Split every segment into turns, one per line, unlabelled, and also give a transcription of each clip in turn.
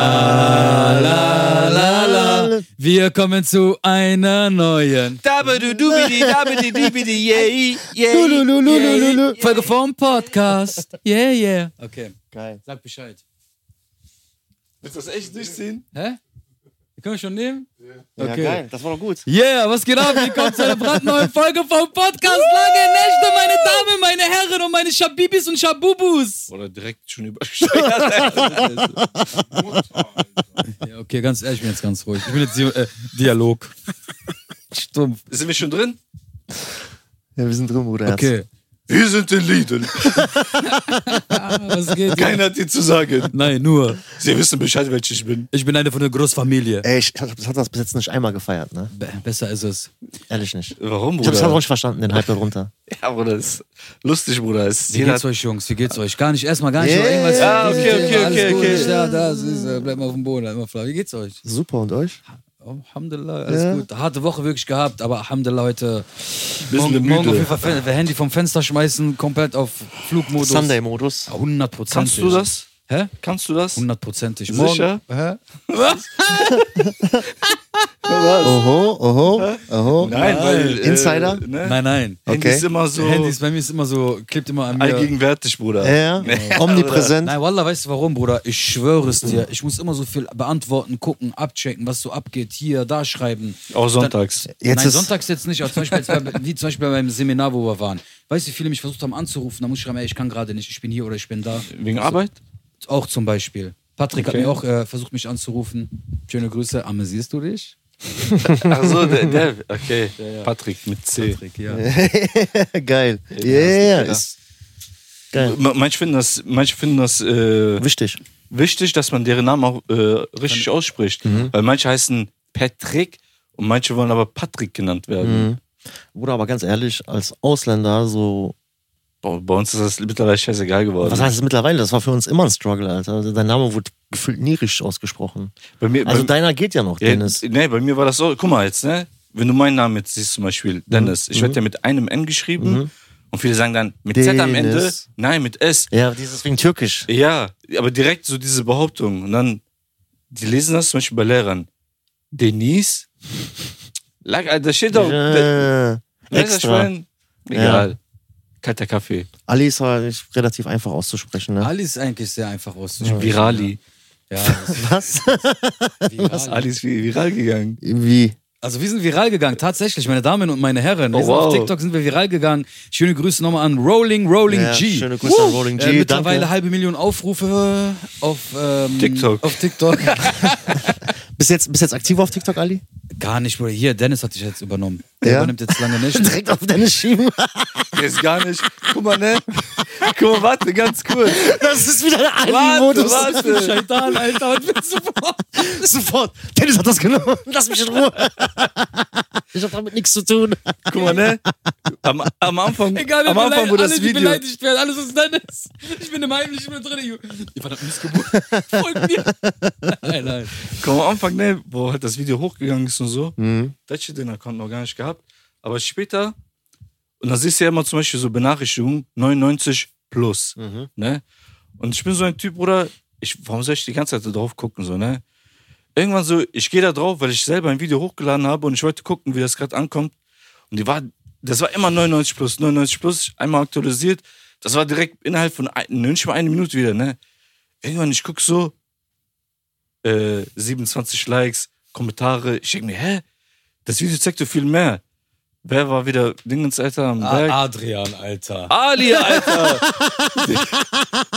La, la, la, la. Wir kommen zu einer neuen
Dabadudubidi, dabadidibidi, yay, yay.
Lululululululu.
Folge vom Podcast. Yeah, yeah. Okay,
Geil.
sag Bescheid.
Willst du das echt durchziehen?
Hä? Können wir schon nehmen?
Ja, geil. Das war doch gut.
Yeah, was geht ab? Willkommen zu einer brandneuen Folge vom Podcast Lange Nächte, meine Damen, meine Herren und meine Schabibis und Schabubus.
Oder direkt schon übersteuert.
Ja, okay, ganz ehrlich, ich bin jetzt ganz ruhig. Ich bin jetzt äh, Dialog. Stumpf.
Sind wir schon drin?
Ja, wir sind drin, Bruder.
Okay,
Wir sind in Lidl.
was geht?
Keiner hat dir zu sagen.
Nein, nur.
Sie wissen Bescheid, welcher ich bin.
Ich bin eine von der Großfamilie.
Ey, ich, ich hab- ich hab das bis jetzt nicht einmal gefeiert, ne?
Be besser ist es.
Ehrlich nicht. Ich
Warum,
hab das auch
Bruder?
nicht verstanden, den Hype darunter.
Ja, Bruder, das ist lustig, Bruder. Es ist
Wie
jeder
geht's euch, Jungs? Wie geht's euch? Gar nicht, erstmal gar nicht.
Yeah.
über irgendwas.
Ah, okay, okay, okay,
Alles gut,
okay.
nicht Da, da, es ist, äh, bleib mal auf dem Boden, bleib mal flach. Wie geht's euch?
Super, und euch?
Alhamdulillah, alles
Ja.
gut. Harte Woche wirklich gehabt, aber Alhamdulillah
ein
heute. Morgen,
bisschen
morgen auf jeden
müde.
Fall Fe- Handy vom Fenster schmeißen, komplett auf Flugmodus.
Sunday-Modus.
100
Kannst du das?
Hä?
Kannst du das?
Hundertprozentig.
Sicher?
Morgen, hä?
Oho, oho, oho.
Nein, weil. Also- äh,
Insider?
ne?
Nein, nein.
Handy
Okay.
ist immer so
Handy ist bei mir ist immer so, klebt immer an mir.
allgegenwärtig, Bruder.
Ja, omnipräsent.
Nein, Wallah, weißt du warum, Bruder? Ich schwöre es dir. Ich muss immer so viel beantworten, gucken, abchecken, was so abgeht, hier, da schreiben.
Auch sonntags.
Jetzt
Nein,
ist-
sonntags jetzt nicht, aber zum Beispiel jetzt bei, wie zum Beispiel beim Seminar, wo wir waren. Weißt du, wie viele mich versucht haben anzurufen, da muss ich schreiben, ey, ich kann gerade nicht, ich bin hier oder ich bin da.
Wegen Arbeit?
Auch zum Beispiel. Patrick
Okay.
hat mir auch äh, versucht, mich anzurufen. Schöne Grüße, amüsierst du dich?
Ach so, der, der okay. Patrick mit C.
Patrick, ja.
Geil. Yeah,
Ja.
ist geil.
Ma- Manche finden das, manche finden das äh,
Wichtig.
wichtig, dass man deren Namen auch äh, richtig ausspricht. Weil manche heißen Patrick und manche wollen aber Patrick genannt werden.
Bruder, aber ganz ehrlich, als Ausländer so.
Boah, bei uns ist das mittlerweile scheißegal geworden.
Was heißt das mittlerweile? Das war für uns immer ein Struggle, Alter. Also Dein Name wurde gefühlt nie richtig ausgesprochen.
bei mir,
Also
bei,
deiner geht ja noch,
ja,
Dennis.
nee, bei mir war das so. Guck mal jetzt, ne? Wenn du meinen Namen jetzt siehst, zum Beispiel Dennis, ich werde ja mit einem N geschrieben und viele sagen dann mit Z am Ende.
Dennis.
Nein, mit S.
Ja, dieses wegen Türkisch.
Ja, aber direkt so diese Behauptung. Und dann, die lesen das zum Beispiel bei Lehrern. Denise? Lag, Alter, da steht doch. da-
Äh,
weißt du, ich
extra.
mein, Egal. Kalter Kaffee.
Ali ist halt relativ einfach auszusprechen, ne?
Ali ist eigentlich sehr einfach auszusprechen.
Virali.
Ja, das ist
Was?
viral.
Ali ist vi- viral gegangen.
Wie?
Also wir sind viral gegangen, tatsächlich, meine Damen und meine Herren. Wir
Oh,
sind Auf
wow.
TikTok sind wir viral gegangen. Schöne Grüße nochmal an Rolling Rolling
Ja,
G.
schöne Grüße an Rolling G,
Äh, mittlerweile
danke.
halbe Million Aufrufe auf ähm,
TikTok.
Auf TikTok.
Bist jetzt, bist jetzt aktiv auf TikTok, Ali?
Gar nicht, Bruder. Hier, Dennis hat dich jetzt übernommen. Der
Ja?
übernimmt jetzt lange nicht.
Direkt auf Dennis schieben.
Ist gar nicht. Guck mal, ne? Guck mal, warte, ganz kurz.
Das ist wieder der
Warte,
Ali-Modus.
warte.
Scheitan, Alter, und willst du vor?
Sofort. Dennis hat das genommen. Lass mich in Ruhe. Ich hab damit nichts zu tun.
Guck mal, ne? Am, am Anfang,
Egal,
am
wir
Anfang
beleidigen
wo
alle,
das
die
Video.
beleidigt werden. Alles ist Dennis. Ich bin im Heimlichen mit drin. Ich- Ihr verdammten Missgeburt. Folgt mir. Nein, nein.
Komm, am Anfang, ne, wo halt das Video hochgegangen ist und so, da hätte ich den Account noch gar nicht gehabt. Aber später, und da siehst du ja immer zum Beispiel so Benachrichtigungen, 99 plus, ne? Und ich bin so ein Typ, Bruder, ich, warum soll ich die ganze Zeit da drauf gucken, so, ne? Irgendwann so, ich gehe da drauf, weil ich selber ein Video hochgeladen habe und ich wollte gucken, wie das gerade ankommt. Und die war, das war immer 99 plus, 99 plus, einmal aktualisiert. Das war direkt innerhalb von ein, nicht mal eine Minute wieder, ne? Irgendwann, ich gucke so, äh, 27 Likes, Kommentare. Ich denke mir, hä? Das Video zeigt doch viel mehr. Wer war wieder Dingens, Alter, am Berg?
Ah, Adrian, Alter.
Ali, Alter! die,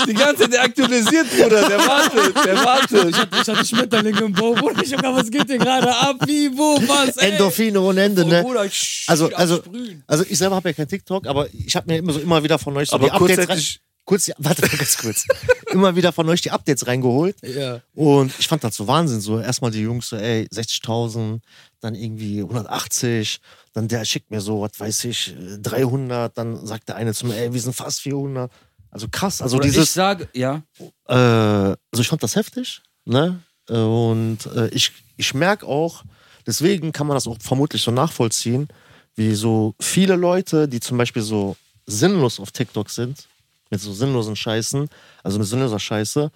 die ganze Zeit, der aktualisiert, Bruder, der wartet, der wartet.
Ich hatte, ich hatte Schmetterlinge im Bauch, Bruder. Ich hab gedacht, was geht hier gerade ab? Wie, wo, was? Ey.
Endorphine ohne Ende,
Oh,
ne?
Bruder, ich
Also,
ich
also,
absprühen.
also ich selber habe ja kein TikTok, aber ich habe mir immer so immer wieder von euch so
Aber
die Updates rein,
kurzzeitig-
kurz, die- warte mal ganz kurz, immer wieder von euch die Updates reingeholt
Ja.
und ich fand das so Wahnsinn, so erstmal die Jungs so ey 60.000, dann irgendwie 180, dann der schickt mir so was weiß ich 300, dann sagt der eine zu mir ey wir sind fast 400, also krass, also
Oder ich
dieses,
sage, ja.
äh, also ich fand das heftig, ne? Äh, Und äh, ich, ich merke auch, deswegen kann man das auch vermutlich so nachvollziehen, wie so viele Leute, die zum Beispiel so sinnlos auf TikTok sind, mit so sinnlosen Scheißen, also mit sinnloser Scheiße,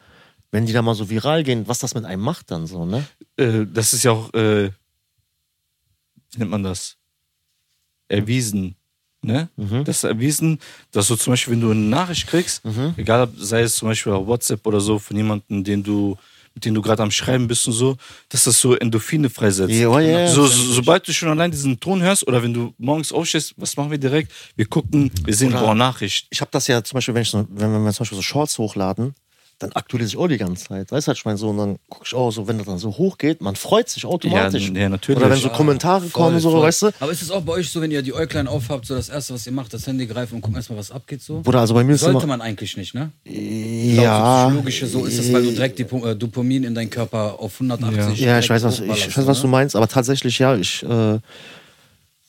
wenn die da mal so viral gehen, was das mit einem macht dann so, ne?
Äh, das ist ja auch, äh, wie nennt man das? Erwiesen. Ne? Das ist erwiesen, dass du zum Beispiel, wenn du eine Nachricht kriegst, egal ob sei es zum Beispiel auf WhatsApp oder so, von jemandem, den du, mit dem du gerade am Schreiben bist und so, dass das so Endorphine freisetzt.
Ja, oh ja,
so, so,
ja.
sobald du schon allein diesen Ton hörst oder wenn du morgens aufstehst, was machen wir direkt? Wir gucken, wir sehen,
Oder-
boah, Nachricht.
Ich habe das ja zum Beispiel, wenn, ich so, wenn, wenn wir zum Beispiel so Shorts hochladen, dann aktualisiere ich auch die ganze Zeit. Weißt du, halt, ich meine so, und dann guck ich auch so, wenn das dann so hochgeht, man freut sich automatisch.
Ja, ja, natürlich.
Oder wenn so
Ja,
Kommentare kommen, so, weißt du?
Aber ist es auch bei euch so, wenn ihr die Äuglein aufhabt, so das erste, was ihr macht, das Handy greifen und gucken erstmal, was abgeht so?
Oder also bei mir ist
Sollte
immer,
man eigentlich nicht, ne?
ja,
Das Logische so ist es, weil du direkt die Pu- äh, Dopamin in deinen Körper auf 180.
Ja, ich
direkt
weiß, was, ich,
hochballerst,
ich weiß, was du
ne?
meinst, aber tatsächlich, ja, ich äh,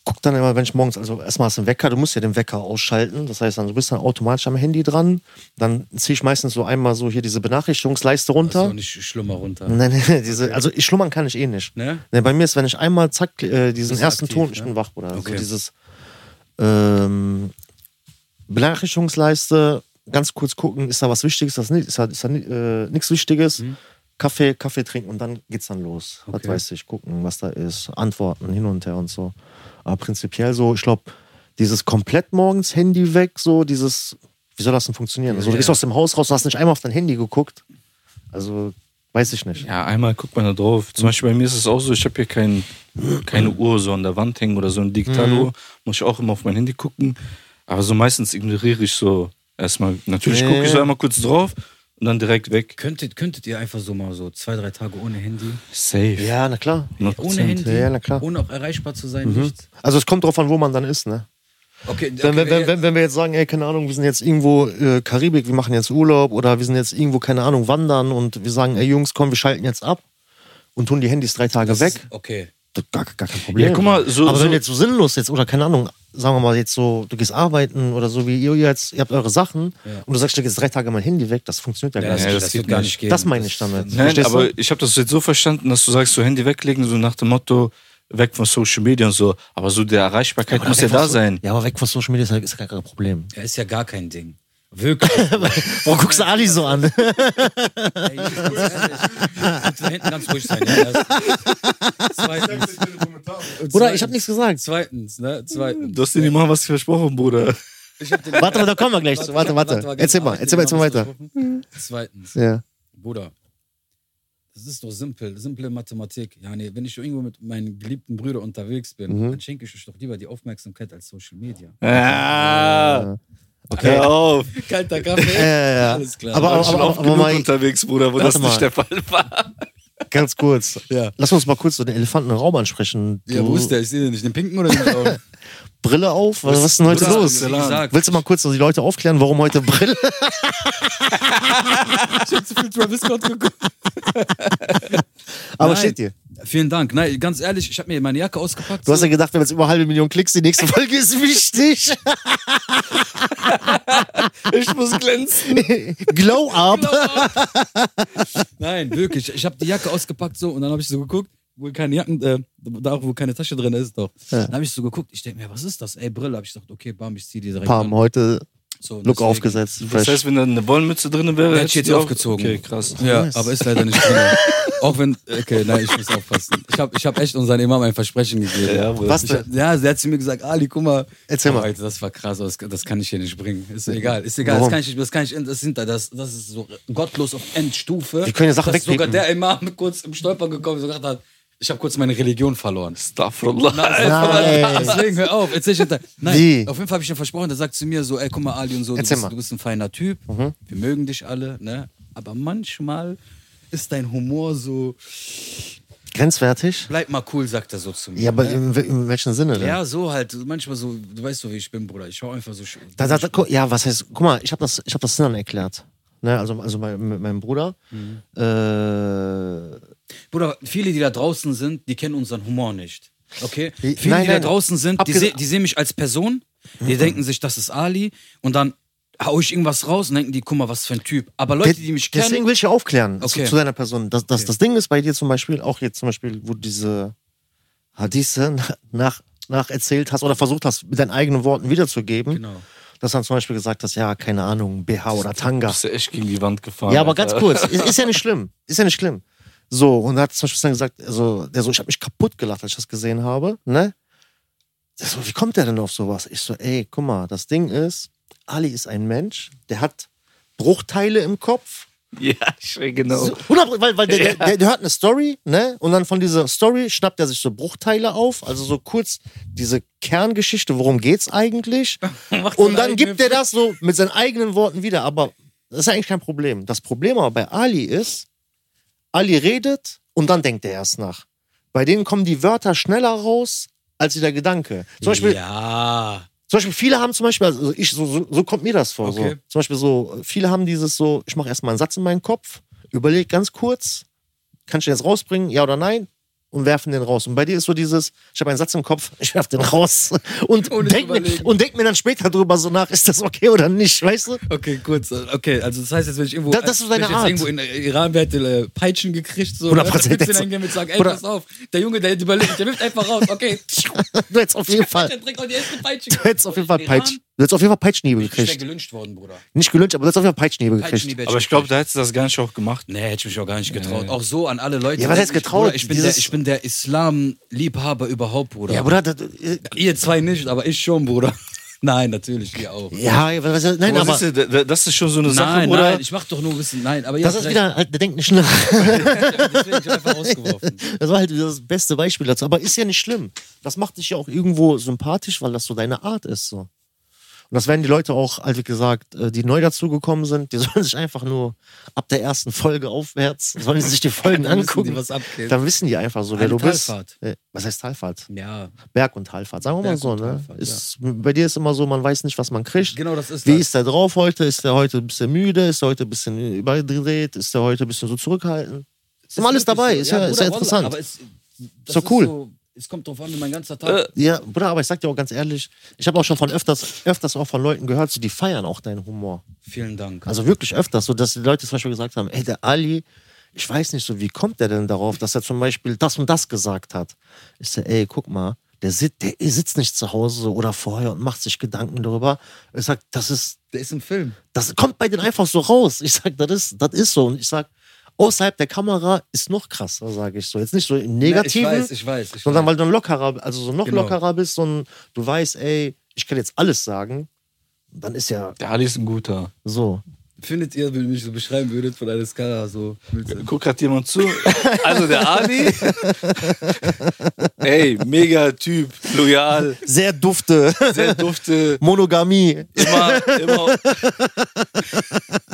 guck dann immer, wenn ich morgens, also erstmal hast du einen Wecker, du musst ja den Wecker ausschalten. Das heißt, dann, du bist dann automatisch am Handy dran. Dann ziehe ich meistens so einmal so hier diese Benachrichtigungsleiste runter.
So nicht schlimmer runter.
Nein, nein, diese, also ich schlummern kann ich eh nicht.
Ne?
Nee, bei mir ist, wenn ich einmal zack, äh, diesen
Bist du
ersten
aktiv,
Ton, ich
ne?
bin wach, Bruder.
Okay.
So dieses ähm, Benachrichtigungsleiste, ganz kurz gucken, ist da was Wichtiges, ist das nicht, ist da, ist da ni- äh, nichts Wichtiges? Kaffee, Kaffee trinken und dann geht's dann los. Was
Mhm. Okay.
weiß ich, gucken, was da ist, antworten, hin und her und so. Aber prinzipiell so, ich glaube, dieses komplett morgens Handy weg, so dieses, wie soll das denn funktionieren? Also, du
Ja.
gehst aus dem Haus raus und hast nicht einmal auf dein Handy geguckt. Also, weiß ich nicht.
Ja, einmal guckt man da drauf. Zum Beispiel bei mir ist es auch so, ich habe hier kein, keine Uhr so an der Wand hängen oder so eine digitale Uhr. Muss ich auch immer auf mein Handy gucken. Aber so meistens ignoriere ich so erstmal. Natürlich gucke ich so
Ja.
einmal kurz drauf und dann direkt weg.
Könntet, könntet ihr einfach so mal so zwei, drei Tage ohne Handy?
Safe.
Ja, na klar.
Ohne Handy?
Ja, na klar.
Ohne auch erreichbar zu sein? Nichts?
Also es kommt drauf an, wo man dann ist, ne?
Okay,
Wenn,
okay,
wenn, wenn, wenn, wenn wir jetzt sagen, ey, keine Ahnung, wir sind jetzt irgendwo äh, Karibik, wir machen jetzt Urlaub oder wir sind jetzt irgendwo, keine Ahnung, wandern und wir sagen, ey Jungs, komm, wir schalten jetzt ab und tun die Handys drei Tage weg.
Okay.
Das gar, gar kein Problem.
Ja, guck mal, so-
Aber
so-
wenn jetzt so sinnlos jetzt oder keine Ahnung, sagen wir mal jetzt so, du gehst arbeiten oder so wie ihr jetzt, ihr habt eure Sachen und du sagst, ich leg jetzt drei Tage mein Handy weg, das funktioniert ja,
Ja,
gar
das,
nicht.
das
das,
geht
wird gar
nicht.
nicht gehen.
Das meine ich damit.
Nein,
Verstehst
aber
du?
ich habe das jetzt so verstanden, dass du sagst, so Handy weglegen, so nach dem Motto, weg von Social Media und so. Aber so die Erreichbarkeit muss ja da sein.
Ja, aber weg von Social Media ist ja- ist ja gar kein Problem.
Ja, ist ja gar kein Ding. Wirklich.
Oh,
Warum guckst du Ali so an?
Ey, ich bin ganz ehrlich. Kannst du hinten ganz ruhig sein. Ja, das- zweitens.
Oder ich habe nichts gesagt.
Zweitens, ne? Zweitens.
Du hast dir nicht mal was versprochen, Bruder.
Ich hab den-
Warte, da kommen wir gleich zu. Warte, warte. Erzähl mal,
Hab ich
erzähl
dir
mal, erzähl mal
noch was
weiter.
versprochen? Zweitens.
Ja.
Bruder, das ist doch simpel, simple Mathematik. Ja, nee, wenn ich irgendwo mit meinen geliebten Brüdern unterwegs bin,
Mhm.
dann schenke ich euch doch lieber die Aufmerksamkeit als Social Media.
Ah,
Okay.
Hör auf.
Kalter Kaffee.
ja.
Alles klar.
Aber-
Ich war
aber-
oft
aber
genug
mal-
unterwegs, Bruder, wo
Warte
das nicht
mal.
der Fall war.
Ganz kurz.
Ja.
Lass uns mal kurz so den Elefanten im Raum ansprechen. Du,
ja, wo ist der? Ich sehe den nicht. Den pinken oder den blauen?
Brille auf? Was, was ist denn heute
Bruder,
los?
wie gesagt.
Willst du mal kurz so die Leute aufklären, warum heute Brille?
Ich hab zu viel Travis Scott geguckt.
Aber
Nein.
steht dir.
Vielen Dank. Nein, ganz ehrlich, ich habe mir meine Jacke ausgepackt.
Du hast
so.
ja gedacht, wir haben jetzt über eine halbe Million Klicks, die nächste Folge ist wichtig.
Ich muss glänzen.
Glow up.
Nein, wirklich. Ich habe die Jacke ausgepackt so und dann habe ich so geguckt, wo keine Jacken, äh, da auch wo keine Tasche drin ist doch. Dann habe ich so geguckt, ich denke mir, was ist das? Ey, Brille. Hab ich gesagt, okay, bam, ich zieh die direkt
Pam,
an.
heute
So, und
Look
deswegen-
aufgesetzt.
Das
Fresh.
heißt, wenn da eine Wollmütze drin wäre,
Hätte ich jetzt
die auf-
aufgezogen.
Okay, krass.
Ja,
nice.
aber ist leider nicht drin. auch wenn, okay, nein, ich muss aufpassen. Ich habe ich hab echt unseren Imam ein Versprechen gegeben.
Ja, Bruder.
Was
Ich hab,
denn?
ja, sie hat zu mir gesagt, Ali, guck mal. Oh,
Erzähl mal.
Alter, das war krass, aber das, das kann ich hier nicht bringen. Ist egal, ist egal.
Warum?
Das kann ich nicht, das kann ich, das, hinter, das, das ist so gottlos auf Endstufe.
Wir können ja Sachen
dass sogar
wegpiepen.
der Imam kurz im Stolpern gekommen ist und gesagt hat, ich habe kurz meine Religion verloren.
Astaghfirullah.
also- Nein.
Deswegen hör auf, erzähl ich hinter. Nein,
Wie?
auf jeden Fall habe ich ihm versprochen, der sagt zu mir so, ey, guck mal, Ali und so, du
Erzähl
bist,
mal. Mhm.
du bist ein feiner Typ, wir mögen dich alle, ne? Aber manchmal ist dein Humor so,
Grenzwertig?
bleib mal cool, sagt er so zu mir.
Ja, aber in, wel- in welchem Sinne denn?
Ja, so halt, manchmal so, du weißt so, wie ich bin, Bruder. Ich schau einfach so. sch-
Da, da, da, gu- ja, was heißt, guck mal, ich habe das, ich hab das Sinan erklärt. Ne, also also mein, mit meinem Bruder. Äh,
Bruder, viele, die da draußen sind, die kennen unseren Humor nicht. Okay?
Wie-
Viele,
nein,
die
nein. Mhm.
da draußen sind, die,
Abgese-
se die sehen mich als Person, die denken sich, das ist Ali und dann hau ich irgendwas raus und denken die, guck mal, was für ein Typ. Aber Leute, die mich kennen,
Deswegen will ich ja aufklären
Okay.
zu, zu deiner Person. Das, das, das Ding ist bei dir zum Beispiel, auch jetzt zum Beispiel, wo du diese Hadithe nach, nach, nacherzählt hast oder versucht hast, mit deinen eigenen Worten wiederzugeben.
Genau.
dass du dann zum Beispiel gesagt hast, ja, keine Ahnung, BH oder Tanga.
Bist du echt gegen die Wand gefahren?
Ja, aber ganz
Alter.
kurz. Ist, ist ja nicht schlimm. Ist ja nicht schlimm. So, und er hat zum Beispiel dann gesagt, also, der so, ich habe mich kaputt gelacht, als ich das gesehen habe, ne? Der so, wie kommt der denn auf sowas? Ich so, ey, guck mal, das Ding ist, Ali ist ein Mensch, der hat Bruchteile im Kopf.
Ja, ich will genau.
So, 100%, weil weil der, ne? Äh, der, der, der hört eine Story, ne? Und dann von dieser Story schnappt er sich so Bruchteile auf, also so kurz diese Kerngeschichte, worum geht's eigentlich?
Macht
Und
seine
dann
eigene
gibt er das so mit seinen eigenen Worten wieder, aber das ist eigentlich kein Problem. Das Problem aber bei Ali ist, Ali redet und dann denkt er erst nach. Bei denen kommen die Wörter schneller raus als der Gedanke. Zum Beispiel,
ja.
zum Beispiel viele haben zum Beispiel, also ich, so, so, so kommt mir das vor. So.
Okay.
Zum Beispiel so, viele haben dieses so, ich mache erstmal einen Satz in meinen Kopf, überlege ganz kurz, kann ich den jetzt rausbringen, ja oder nein? Und werfen den raus. Und bei dir ist so dieses, ich habe einen Satz im Kopf, ich werf den raus. Und
Ohne zu
denk, mir,
überlegen.
und denk mir dann später drüber so nach, ist das okay oder nicht, weißt du?
Okay, kurz. Okay, also das heißt jetzt, wenn ich irgendwo,
Das- das ist so
wenn
deine
ich jetzt
Art.
irgendwo in äh, Iran werde äh, Peitschen gekriegt, so,
100%
dann
jetzt.
hingehen und sagen, ey,
Oder-
pass auf, der Junge, der überlebt, der wirft einfach raus, okay.
Du hättest auf jeden Fall,
Der trägt auch die erste Peitsche.
du hättest auf jeden Fall
Iran?
Peitsch, du hättest auf jeden Fall Peitschnebel
Ich wäre
gekriegt.
gelünscht worden, Bruder.
Nicht gelünscht, aber du hättest auf jeden Fall Peitschnebel gekriegt.
Peitschenhiebe hätte
Aber ich glaube, da hättest du das gar nicht auch gemacht.
Nee, hätte ich mich auch gar nicht getraut. Auch so an alle Leute.
Ja, was heißt
Ich-
getraut?
Bruder, ich bin
Dieses-
der, ich bin der Islam-Liebhaber überhaupt, Bruder.
Ja, Bruder, das, äh,
Ihr zwei nicht, aber ich schon, Bruder. Nein, natürlich, ihr auch.
ja, ja, was, was- nein,
Aber
aber
siehst du, da- da- das ist schon so eine Sache,
nein,
Bruder.
nein, ich mach doch nur Wissen. Nein, aber ihr
das
habt
ist
recht.
wieder, halt, der denkt nicht nach.
Deswegen hab ich einfach ausgeworfen.
Das war halt das beste Beispiel dazu. Aber ist ja nicht schlimm. Das macht dich ja auch irgendwo sympathisch, weil das so deine Art ist. So. Und das werden die Leute auch, halt wie gesagt, äh, die neu dazugekommen sind, die sollen sich einfach nur ab der ersten Folge aufwärts, sollen sich die Folgen
Dann wissen
angucken.
die, was abgeht.
Dann wissen die einfach so, wer
Eine
du bist.
Talfahrt.
Äh, Was heißt Talfahrt?
Ja,
Berg- und Talfahrt, sagen wir mal
Berg-
so.
und
Ne?
Talfahrt,
Ist, Bei dir ist immer so, man weiß nicht, was man kriegt.
genau das ist
Wie
das.
ist der drauf heute? Ist der heute ein bisschen müde? Ist der heute ein bisschen überdreht? Ist der heute ein bisschen so zurückhaltend? Ist immer alles
wirklich
dabei,
so.
ist ja, ist ja
Bruder,
interessant.
Aber es, das
So cool. Äh.
Ist so, es kommt drauf an, wie mein ganzer Tag.
Ja, Bruder, aber ich sag dir auch ganz ehrlich, ich habe auch schon von öfters, öfters auch von Leuten gehört, so, die feiern auch deinen Humor.
Vielen Dank.
Also wirklich öfters, so dass die Leute zum Beispiel gesagt haben, ey, der Ali, ich weiß nicht so, wie kommt der denn darauf, dass er zum Beispiel das und das gesagt hat. Ich sag, ey, guck mal, der, sit, der sitzt nicht zu Hause so oder vorher und macht sich Gedanken darüber. Ich sag, das ist,
der ist im Film. Ne,
das kommt bei denen einfach so raus. Ich sag, das ist, das ist so. Und ich sag, außerhalb der Kamera ist noch krasser, sage ich so. Jetzt nicht so im Negativen,
Nee, ich weiß, ich weiß. Ich
sondern
weiß.
weil du ein lockerer, also so noch
Genau.
lockerer bist, so ein, du weißt, ey, ich kann jetzt alles sagen, dann ist ja
Der Ali ist ein guter.
so.
Findet ihr, wenn ihr mich so beschreiben würdet von einer Skala, so. mit-
Guck grad jemand zu. Also der Ali. Ey, mega Typ, loyal,
Sehr dufte,
sehr dufte,
Monogamie.
immer, immer.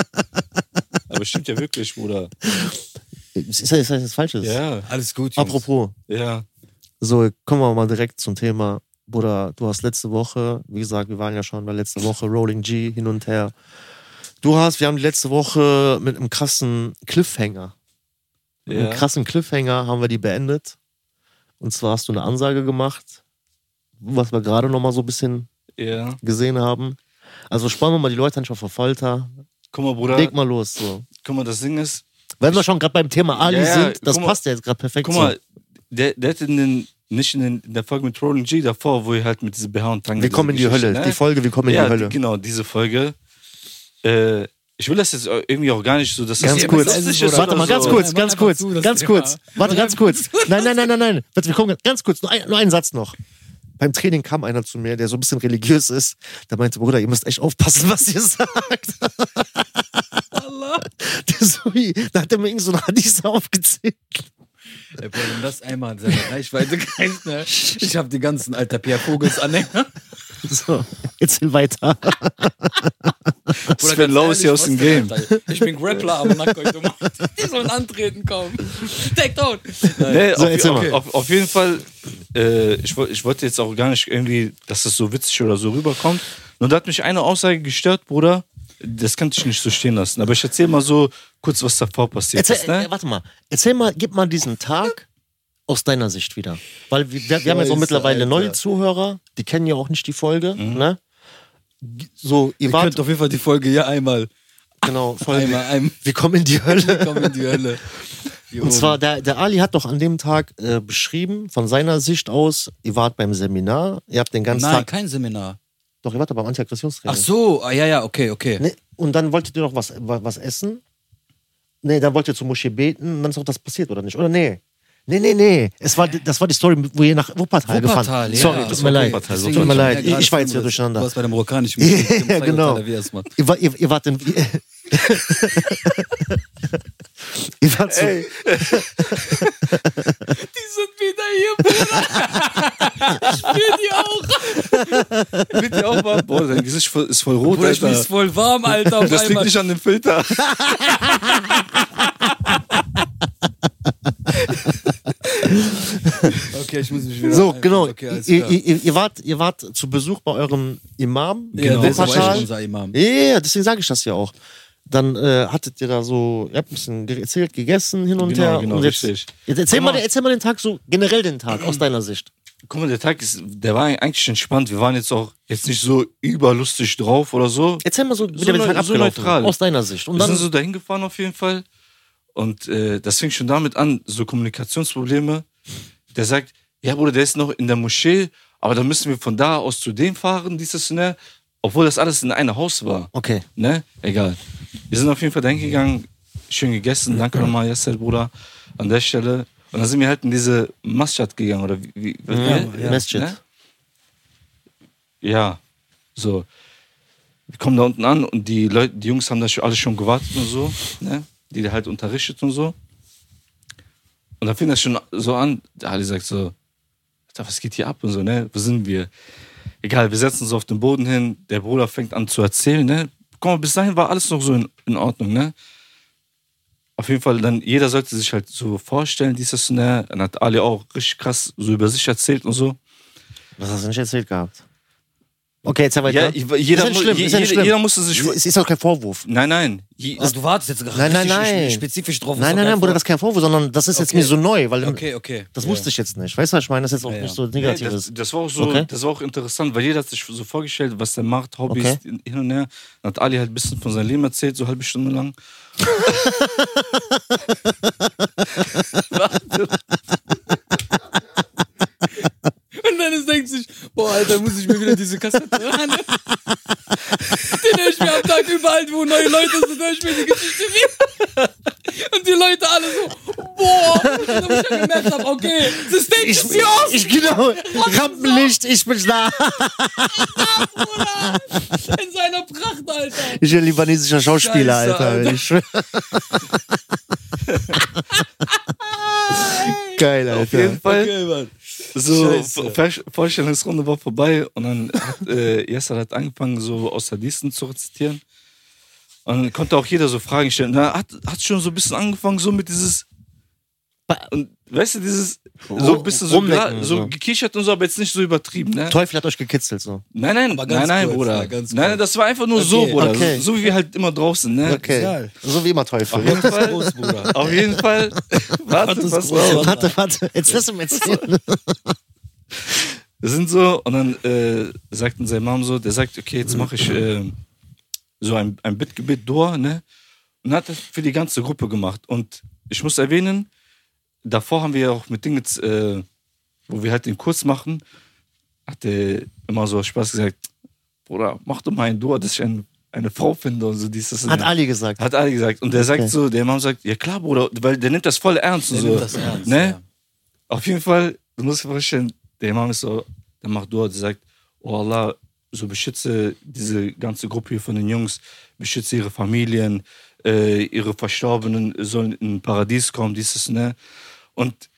Aber stimmt ja wirklich, Bruder.
Ist das, ist das jetzt Falsches?
Ja,
Alles gut, Jungs.
Apropos,
ja.
so, kommen wir mal direkt zum Thema. Bruder, du hast letzte Woche, wie gesagt, wir waren ja schon bei letzter Woche Rolling G hin und her. Du hast, wir haben die letzte Woche mit einem krassen Cliffhanger, mit einem
ja.
krassen Cliffhanger haben wir die beendet. Und zwar hast du eine Ansage gemacht, was wir gerade noch mal so ein bisschen
ja.
gesehen haben. Also spannen wir mal die Leute nicht auf der Folter.
Guck mal, Bruder,
Leg mal los. So.
guck mal, das Ding ist,
Wenn wir schon gerade beim Thema Ali
Ja, ja,
sind, das
guck mal-
passt ja jetzt gerade perfekt.
Guck mal, der, der hat in den, nicht in, den, in der Folge mit Rolling G davor, wo er halt mit diesem BH und Tang.
so. Wir kommen in die Hölle. Die Folge, wir kommen in
ne? ja,
die Hölle.
die- genau, diese Folge. Äh, ich will das jetzt auch irgendwie auch gar nicht so, dass
Ganz
das
kurz.
Das ist jetzt
Warte
oder
mal, ganz
so.
kurz,
Mach
ganz
einfach
kurz,
zu, das
ganz
Thema.
kurz. Warte, ganz kurz. Nein, nein, nein, nein, nein. Warte, wir kommen ganz kurz. Nur, ein, nur einen Satz noch. Beim Training kam einer zu mir, der so ein bisschen religiös ist. Der meinte, Bruder, ihr müsst echt aufpassen, was ihr sagt.
Allah.
Der so wie, da hat er mir irgend so eine Hadith aufgezählt.
Ey, Bruder, wenn das einmal in seiner Reichweite greift, ne? Ich hab die ganzen alter Pierre Vogels Anhänger.
So, jetzt hin weiter.
Bruder,
Sven
ganz
Lowe ist hier
ehrlich,
aus dem
was der
Game.
hat, Alter. Ich bin Grappler, aber Nackoidomat. Die sollen antreten, komm. Take down.
Nee,
So,
auf,
erzähl mal.
auf, auf, auf jeden Fall, äh, ich, woll- ich wollte jetzt auch gar nicht irgendwie, dass das so witzig oder so rüberkommt. Nur da hat mich eine Aussage gestört, Bruder. Das kann ich nicht so stehen lassen. Aber ich erzähl mal so kurz, was davor passiert
Erzähl,
ist. Ne?
äh, warte mal, erzähl mal, gib mal diesen Tag aus deiner Sicht wieder. Weil wir, wir haben jetzt auch
Scheiße,
mittlerweile neue
Alter. Mhm.
Zuhörer, die kennen ja auch nicht die Folge. Ne? G- So, ihr
Ihr könnt
wart,
auf jeden Fall die Folge hier einmal,
genau, Folge.
einmal, einmal
Wir kommen in die Hölle.
komm in die Hölle. Hier
Und
oben.
zwar, der, der Ali hat doch an dem Tag äh, beschrieben, von seiner Sicht aus, ihr wart beim Seminar, ihr habt den ganzen
Nein,
Tag.
kein Seminar.
Doch, ihr wart doch beim Antiaggressionstraining.
Ach so, ah, ja, ja, okay, okay.
Nee, Ne, und dann wolltet ihr noch was, wa- was essen? Nee, dann wollt ihr zur Moschee beten und dann ist auch das passiert, oder nicht? Oder nee? Nee, nee, nee. Es war, das war die Story, wo ihr nach Wuppertal, gefahren
ja,
Sorry, tut
das
mir
war
leid.
okay.
Wuppertal,
Deswegen
Tut mir
hab
leid,
ja
ich-
gerade
ich war jetzt hier
Filme-
durcheinander.
Du warst bei der marokkanischen
Ja,
Musik, im Zeigerzeiler
genau.
wie erstmal.
Ihr, war, ihr, ihr wart in. ihr wart so,
Die sind wieder hier, Bruder. ich spür die auch.
Wird dir auch warm? Boah, dein Gesicht voll- ist voll rot,
Bruder, ich
Alter.
ist voll warm, Alter. Auf
Das liegt
einmal.
nicht an dem Filter.
Okay, ich muss mich wieder.
so
einfangen.
genau.
Okay, alles
ihr,
klar.
ihr, ihr, wart, ihr wart zu Besuch bei eurem Imam.
Ja, der ist aber echt
Wuppertal.
unser Imam.
Ja, ja, ja, deswegen sage ich das ja auch. Dann äh, hattet ihr da so, ihr habt ein bisschen ge- erzählt, gegessen hin und
Genau,
her.
genau,
und jetzt,
richtig.
Jetzt erzähl,
Guck mal.
mal, erzähl mal den Tag so, generell den Tag aus deiner Sicht.
Guck mal, der Tag ist, der war eigentlich entspannt. Wir waren jetzt auch jetzt nicht so überlustig drauf oder so.
Erzähl mal so, wie
So
der
neu-
Tag
so
abgelaufen ist,
neutral.
Aus deiner Sicht. Und
Wir
dann,
sind so dahin gefahren auf jeden Fall. Und äh, das fing schon damit an, so Kommunikationsprobleme. Der sagt, ja Bruder, der ist noch in der Moschee, aber dann müssen wir von da aus zu dem fahren, dieses und ne? Obwohl das alles in einem Haus war.
okay.
Ne? Egal. Wir sind auf jeden Fall dahin gegangen, schön gegessen. Danke nochmal, Yassel, Bruder, an der Stelle. Und dann sind wir halt in diese Masjid gegangen, oder wie? wie
Ja,
wie-
ja. Masjid.
Ne? Ja, so. Wir kommen da unten an und die Leute, die Jungs haben da schon, alle schon gewartet und so, ne? Die da halt unterrichtet und so. Und dann fing das schon so an, der Ali sagt so, Alter, was geht hier ab und so, ne? Wo sind wir? Egal, wir setzen uns auf den Boden hin, der Bruder fängt an zu erzählen, ne? Guck mal, bis dahin war alles noch so in, in Ordnung, ne? Auf jeden Fall, dann jeder sollte sich halt so vorstellen, dieses, ne? Dann hat Ali auch richtig krass so über sich erzählt und so.
Was hast du nicht erzählt gehabt? Okay, erzähl weiter.
Ja, ich- jeder,
ist nicht
mu-
schlimm,
je-
ist ja nicht
jeder,
schlimm.
jeder musste sich.
es ist auch kein Vorwurf.
Nein, nein. Je,
Also, du wartest jetzt gerade
Nein, nein,
richtig
nein.
spezifisch drauf.
Nein, nein, nein, Bruder, das ist kein Vorwurf, sondern das ist jetzt
Okay.
mir so neu, weil
Okay, okay.
das wusste ich jetzt nicht. Weißt du, was ich meine? Das ist jetzt auch
Ja, ja.
nicht so
Nee,
negativ.
das, das war auch so,
Okay.
das war auch interessant, weil jeder hat sich so vorgestellt, was der macht, Hobbys hin und her. Dann hat Ali halt ein bisschen von seinem Leben erzählt, so eine halbe Stunde lang.
Und dann ist- denkt sich, boah, Alter, muss Also ich mir wieder diese Kassette ran. Den höre ich mir am Tag überall, wo neue Leute sind, höre ich mir die Geschichte wieder. Und die Leute alle so, boah, wo ich dann gemerkt habe, okay, the stage
ich,
is yours,
ich, genau, Rampenlicht, ich bin da.
Bruder. In seiner Pracht, Alter.
Ich bin ein libanesischer Schauspieler,
Scheiße,
Alter.
Alter.
Ich schwör. Geil,
Auf jeden
Alter.
Fall.
Mann.
So,
Scheiße.
Ver- Vorstellungsrunde war vorbei und dann hat äh, Yasser hat angefangen, so aus Hadithen zu rezitieren. Und dann konnte auch jeder so Fragen stellen. Na, hat, hat schon so ein bisschen angefangen, so mit dieses. Und weißt du, dieses. So ein bisschen so,
Rumlecken,
gla- so
so.
gekichert und so, aber jetzt nicht so übertrieben, ne?
Teufel hat euch gekitzelt so.
Nein, nein,
Aber
nein,
ganz
nein,
kurz,
Bruder.
ja, ganz
Nein,
kurz.
nein, das war einfach nur so,
Okay,
Bruder.
okay.
So wie wir halt immer drauf sind, ne?
Okay.
Egal.
So wie immer
Auf
Teufel.
jeden Fall.
Groß, Bruder.
Auf jeden Fall. Warte,
ist
pass
groß,
auf.
Bruder.
Warte, warte. Jetzt lass ihm erzählen.
Wir sind so und dann äh, sagten sein Mom so, der sagt, okay, jetzt mache ich äh, so ein, ein Bittgebet Dua, ne? Und hat das für die ganze Gruppe gemacht. Und ich muss erwähnen, davor haben wir ja auch mit Dingets, äh, wo wir halt den Kurs machen, hat er immer so aus Spaß gesagt, Bruder, mach doch mal ein Dua, dass ich ein, eine Frau finde und so dies, das. und
Hat
das."
Ali gesagt.
Hat Ali gesagt. Und der
Okay.
sagt so, der Mann sagt, ja klar, Bruder, weil der nimmt das voll ernst und
Der
so.
nimmt das ernst,
ne?
ja.
Auf jeden Fall, du musst dir vorstellen, der Imam ist so, der macht Dua, der sagt, oh Allah, so beschütze diese ganze Gruppe hier von den Jungs, beschütze ihre Familien, äh, ihre Verstorbenen sollen in Paradies kommen, dieses, ne? Und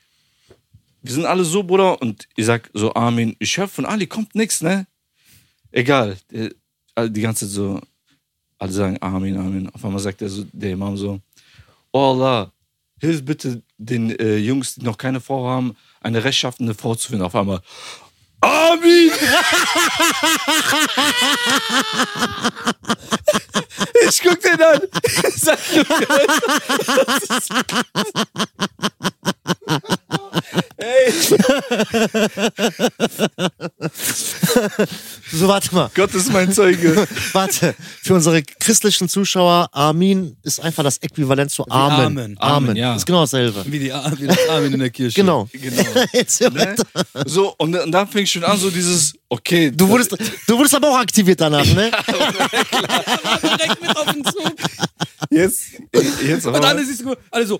wir sind alle so, Bruder, und ich sag so, Armin, ich höre von Ali, kommt nichts, ne? Egal. Der, all- die ganze Zeit so, alle sagen Amen, Amen. Auf einmal sagt er so, der Imam so, oh Allah, hilf bitte den äh, Jungs, die noch keine Frau haben, eine rechtschaffende Frau zu finden. Auf einmal, Amen! ich guck den an. Sag,
So, Also warte mal.
Gott ist mein Zeuge.
Warte, für unsere christlichen Zuschauer, Amin ist einfach das Äquivalent zu Amen.
Amen.
Amen,
Amen, ja.
ist genau dasselbe.
Wie, die, A- wie das Amen in der Kirche.
Genau.
genau.
Jetzt hör
Ne?
weiter.
So, und, und dann fing schon an, so dieses, okay.
Du wurdest, du wurdest aber auch aktiviert danach, ne?
War direkt mit auf den Zug.
Jetzt, jetzt aber,
Und alle, siehst du, alle so. also,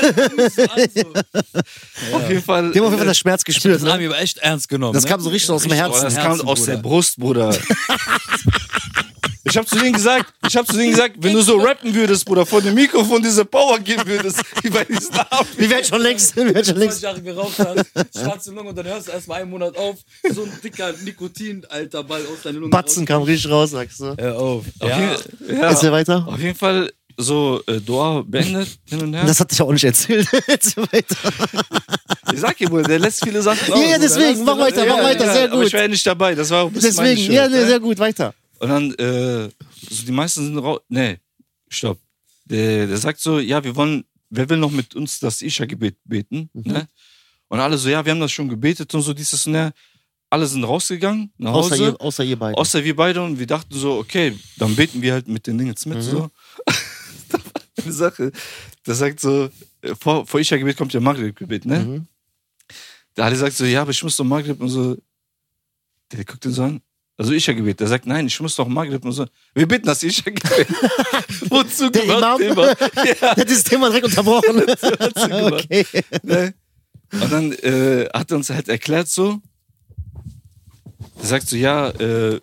Alle so.
auf jeden Fall.
Die haben auf jeden Fall das Schmerz gespürt.
Das
Ne?
haben wir aber echt ernst genommen.
Das
ne?
kam so richtig aus dem
Boah,
Herzen.
das
Herzen,
kam aus
Bruder.
der Brust, Bruder. Ich hab zu denen gesagt, ich hab zu denen gesagt, wenn du so rappen würdest, Bruder, vor dem Mikrofon diese Power geben würdest, wie bei diesen Affen.
Wir werden schon längst, wir werden schon
20
längst.
Jahre geraucht hast, schwarze Lunge und dann hörst du erstmal einen Monat auf, so ein dicker Nikotin, alter Ball aus deiner Lunge.
Batzen kam richtig raus, sagst du.
raus. Hör auf. Ja.
Ja. Also, Ja.
Erzähl weiter.
Auf jeden Fall so äh, Dua beendet hin und her.
Das hatte ich auch nicht erzählt. Erzähl weiter.
ich sag dir, Bruder, der lässt viele Sachen raus.
Ja, ja,
Bruder.
deswegen,
Lass-
mach weiter, mach weiter, sehr
Aber
gut.
ich war ja nicht dabei, das war auch ein bisschen meine
Deswegen,
Schuld,
ja,
ne?
nee, sehr gut, weiter.
Und dann, äh, so die meisten sind raus. Nee, stopp. Der, der sagt so, ja, wir wollen, wer will noch mit uns das Isha-Gebet beten?
Mhm.
Ne? Und alle so, ja, wir haben das schon gebetet und so, dieses und der. Alle sind rausgegangen nach
Außer
Hause,
ihr, außer ihr beiden.
außer wir beide und wir dachten so, okay, dann beten wir halt mit den Dingen jetzt mit.
Mhm.
So. Da war eine Sache, das sagt so, äh, vor, vor Isha-Gebet kommt ja Maghrib-Gebet, ne?
Mhm.
Der Ali sagt so, ja, aber ich muss doch Maghrib und so. Der guckt ihn so an. Also Isha-Gebet. Der sagt, nein, ich muss doch Maghrib und so. Wir beten das Isha-Gebet. Wozu
Der
gemacht,
Imam?
Thema? Ja,
Der hat dieses Thema direkt unterbrochen.
wozu gemacht?
okay.
Ne? Und dann äh, hat er uns halt erklärt so, der sagt so, ja, äh,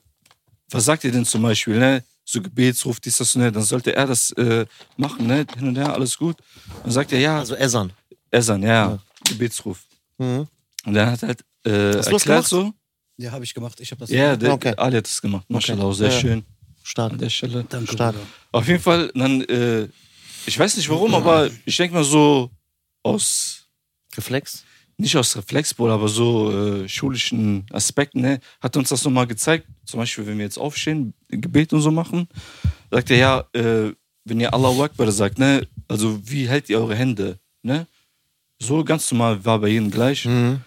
was sagt ihr denn zum Beispiel, ne? So Gebetsruf, dies, das und ne? Dann sollte er das äh, machen, ne? Hin und her, alles gut. Und dann sagt er, ja,
Also Esan.
Esan, ja, Gebetsruf.
Mhm.
Und dann hat er halt äh,
Hast du das
erklärt
gemacht?
so,
Ja, habe ich gemacht. Ich habe das.
Ja, der,
Okay.
Ali hat das gemacht. Maschallah, sehr
Ja.
schön
Stark.
an der Stelle.
Danke,
Stark.
Bruder.
Auf jeden Fall, dann, äh, ich weiß nicht warum, aber ich denke mal so aus,
Reflex.
nicht aus Reflexball, aber so äh, schulischen Aspekten, ne, hat uns das nochmal gezeigt. Zum Beispiel, wenn wir jetzt aufstehen, Gebet und so machen, sagt er ja, äh, wenn ihr Allahu Akbar sagt, ne, also wie hält ihr eure Hände, ne? So ganz normal war bei jedem gleich.
Mhm.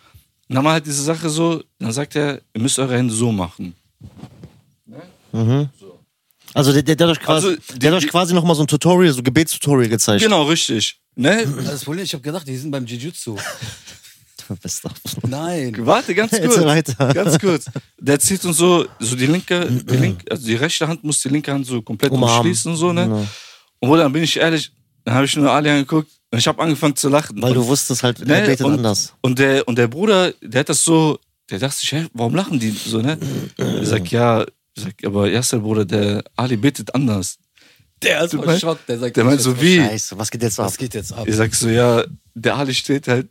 Und dann war halt diese Sache so, dann sagt er, ihr müsst eure Hände so machen.
Mhm.
So.
Also der, der, der hat euch quasi,
Also, die-
der hat euch
die-
quasi nochmal so ein Tutorial, so Gebetstutorial gezeigt.
Genau, richtig. Ne?
Also Das Problem, ich habe gedacht, die sind beim Jiu-Jitsu.
Du bist doch-
Nein.
Warte, ganz kurz.
Erzähl weiter.
Ganz kurz. Der zieht uns so, so die linke, die linke, also die rechte Hand muss die linke Hand so komplett
Umarmen.
umschließen und so, ne?
Genau.
Und wo dann bin ich ehrlich, dann habe ich nur Ali angeguckt und ich habe angefangen zu lachen.
Weil du
und,
wusstest halt,
ne,
der betet
und,
anders.
Und der, und der Bruder, der hat das so, der dachte sich, hä, warum lachen die so, ne? Er sagt, ja, ich sag, aber erster Bruder, der Ali betet anders.
Der ist
Du
voll
meinst-
Schock. Der sagt,
Der meint so, wie?
Scheiße, was geht jetzt ab?
Was geht jetzt ab?
Ich sag so, ja, der Ali steht halt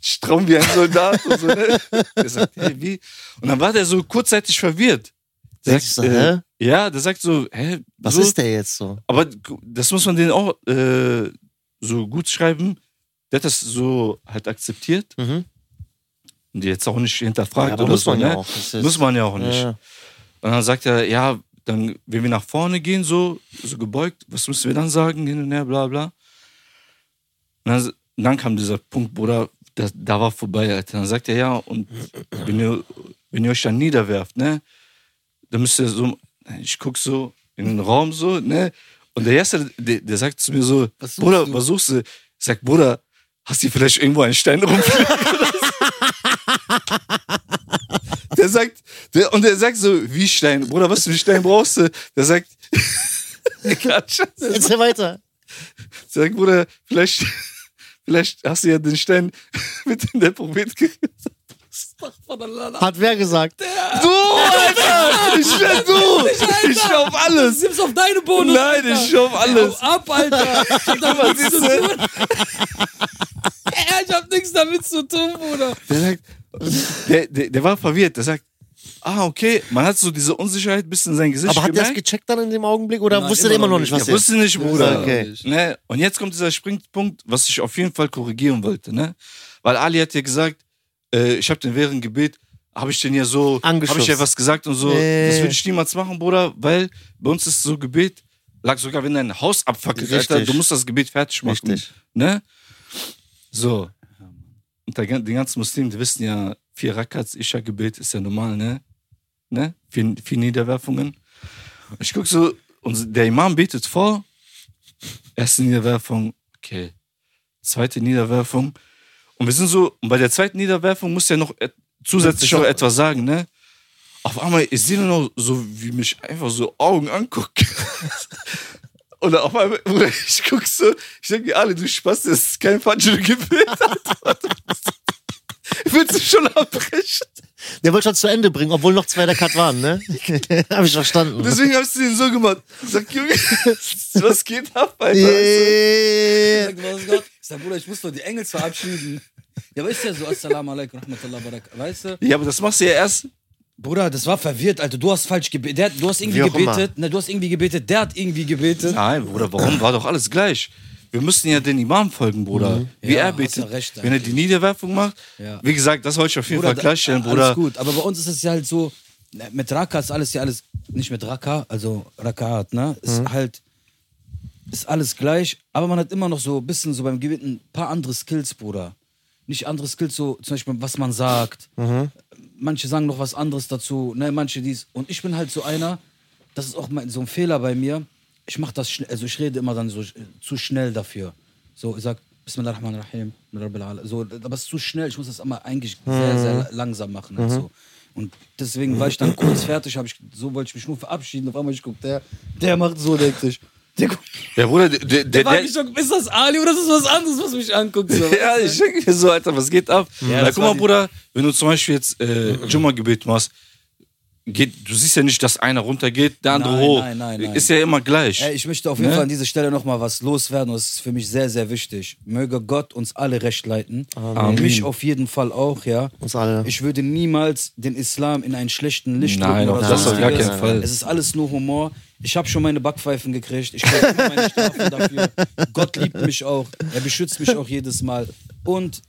stramm wie ein Soldat und so, ne? Der sagt, hey, wie? Und dann war der so kurzzeitig verwirrt. Der
Denkst
sagt,
du so,
äh,
hä?
ja, der sagt so, hä,
Was
so,
ist der jetzt so?
Aber gu- das muss man denen auch äh, so gut schreiben. Der hat das so halt akzeptiert
Mhm.
und die jetzt auch nicht hinterfragt
aber
oder
muss
so,
man
ne?
ja auch. Das ist-
Muss man ja auch nicht.
Ja.
Und dann sagt er, ja, dann, wenn wir nach vorne gehen, so, so gebeugt, was müssen wir dann sagen, hin und her, bla, bla. Und dann, dann kam dieser Punkt, Bruder, da, da war vorbei, Alter. Dann sagt er, ja, und wenn ihr, wenn ihr euch dann niederwerft, ne, dann müsst ihr so, ich guck so in den Raum so, ne, und der Erste, der, der sagt zu mir so,
Was suchst
Bruder,
du?
was suchst du? Ich sag, Bruder, hast du vielleicht irgendwo einen Stein rumfliegen? Der sagt, der, und der sagt so, wie Stein, Bruder, was für einen Stein brauchst du? Der sagt, egal, Scheiße. der
Erzähl weiter.
sagt, Bruder, vielleicht, vielleicht hast du ja den Stein mit in der Prophet gekriegt.
Astaghfirullah.
Hat wer gesagt?
Du, Alter, ich schwör du, ich schwör auf
Du
alles.
nimmst auf deine Bonus.
Nein, ich schwör auf alles.
Hau ab, Alter. Ich hab damit nichts zu tun. Ey, ich hab nichts damit zu tun, Bruder.
Der sagt, der, der, der war verwirrt, der sagt, ah, okay, man hat so diese Unsicherheit ein bisschen in sein Gesicht
Aber hat der es
gemerkt.
gecheckt dann in dem Augenblick oder
Nein,
wusste der immer noch nicht, was
ja,
er ist?
wusste nicht, Bruder.
Okay.
Ne? Und jetzt kommt dieser Springpunkt, was ich auf jeden Fall korrigieren wollte. Ne? Weil Ali hat ja gesagt, äh, ich habe den während Gebet, habe ich den ja so, habe
Angeschubst.
ich ja was gesagt und so.
Nee.
Das würde ich niemals machen, Bruder, weil bei uns ist so Gebet, lag sogar, wenn dein Haus abfackelt,
Richtig.
Alter, du musst das Gebet fertig machen.
Richtig.
Ne? So. Und der, gan- die ganzen Muslimen, die wissen ja, vier Rakats, Isha-Gebet ist ja normal, ne? ne? Vier, vier Niederwerfungen. Ich gucke so, und der Imam betet vor. Erste Niederwerfung, okay. Zweite Niederwerfung. Und wir sind so, und bei der zweiten Niederwerfung muss der noch et- zusätzlich noch etwas sagen, ne? Auf einmal, ich sehe nur noch so, wie mich einfach so Augen angucken. Und auf einmal, Bruder, ich guck so, ich denke mir, alle, du Spaß, das ist kein Fadjur gewählt. Willst du schon abbrechen?
Der wollte schon zu Ende bringen, obwohl noch zwei der Cut waren, ne? Hab ich verstanden.
Deswegen hab ich den so gemacht. Ich Sag, Junge, was geht ab, Alter?
Yeah.
Sag, was ist Gott? Ich sag, Bruder, ich muss doch die Engels verabschieden. Ja, aber ist ja so, Assalamu alaikum, rahmatullah, barak. Weißt du?
Ja, aber das machst du ja erst.
Bruder, das war verwirrt, Alter. Du hast falsch gebetet. Der hat- Du hast irgendwie
Wie auch
gebetet. Ne, du hast irgendwie gebetet. Der hat irgendwie gebetet.
Nein, Bruder, warum? War doch alles gleich. Wir müssen ja den Imam folgen, Bruder. Wie
Mhm. Ja,
er
hast ja
betet.
recht,
wenn er die Niederwerfung macht.
Ja.
Wie gesagt, das wollte ich auf jeden Fall
da- äh, ah,
klarstellen,
alles
Bruder.
gut, aber bei uns ist es ja halt so, ne, mit Raka ist alles ja alles, nicht mit Raka, also Rakat, ne? Ist halt, ist alles gleich, aber man hat immer noch so ein bisschen so beim Gebet ein paar andere Skills, Bruder. Nicht andere Skills, so zum Beispiel, was man sagt. Manche sagen noch was anderes dazu, ne, manche dies. Und ich bin halt so einer, das ist auch mein, so ein Fehler bei mir. Ich mach das schnell, also ich rede immer dann so sch- zu schnell dafür. So, ich sag, Bismillahirrahmanirrahim, Rabbil Ala- so, aber es ist zu schnell, ich muss das immer eigentlich sehr, sehr la- langsam machen. Halt so. Und deswegen war ich dann kurz fertig, hab ich, so wollte ich mich nur verabschieden. Auf einmal, ich guck, der, der macht so, denkt sich. Der guckt,
Der Bruder, der, der,
der
der,
war nicht so, ist das Ali oder ist das was anderes, was mich anguckt? So.
Ja, ich denke mir so, Alter, was geht ab? Na,
das
guck
war
mal,
die-
Bruder, wenn du zum Beispiel jetzt äh, Jumma-Gebet machst, geht, du siehst ja nicht, dass einer runtergeht, der andere
Nein,
hoch.
nein, nein, nein.
Ist ja immer gleich.
Ey, ich möchte auf jeden
Ne?
Fall an dieser Stelle nochmal was loswerden. und Das ist für mich sehr, sehr wichtig. Möge Gott uns alle recht leiten.
Amen.
Mich auf jeden Fall auch, ja.
Uns alle.
Ich würde niemals den Islam in einen schlechten Licht
Nein,
drücken.
auf
oder
das
auf gar
sonstiges.
keinen Fall.
Es ist alles nur Humor. Ich habe schon meine Backpfeifen gekriegt. Ich kriege immer meine Strafen dafür. Gott liebt mich auch. Er beschützt mich auch jedes Mal. Und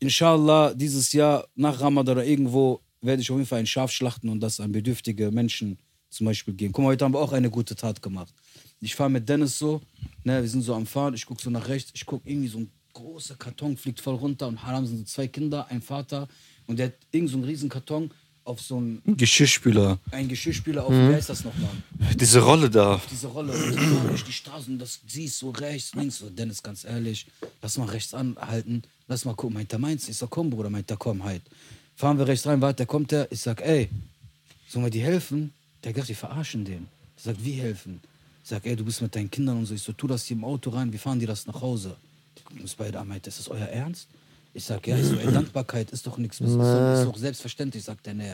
inshallah, dieses Jahr nach Ramadan oder irgendwo werde ich auf jeden Fall ein Schaf schlachten und das an bedürftige Menschen zum Beispiel geben. Guck mal, heute haben wir auch eine gute Tat gemacht. Ich fahre mit Dennis so, ne, wir sind so am Fahren, ich gucke so nach rechts, ich gucke irgendwie so ein großer Karton fliegt voll runter und haram sind so zwei Kinder, ein Vater und der hat irgend so einen riesen Karton auf so einen,
Geschirrspüler.
einen Geschirrspüler auf, wie heißt das nochmal?
Diese Rolle da.
diese Rolle und du so durch die Straßen und das siehst so rechts, links. So, Dennis, ganz ehrlich, lass mal rechts anhalten, lass mal gucken. Meint er, meins? Ich sag, komm, Bruder, meint er, komm, halt. Fahren wir rechts rein, warte, kommt er. Ich sag, ey, sollen wir die helfen? Der sagt, die verarschen den. Ich sag, wie helfen? Ich sag, ey, du bist mit deinen Kindern und so. Ich so, tu das hier im Auto rein, wir fahren dir das nach Hause. Die gucken uns beide an, meint, ist das euer Ernst? Ich sag, ja, ich so, ey, Dankbarkeit ist doch nichts, ist, doch- ist doch selbstverständlich, sagt er, nee,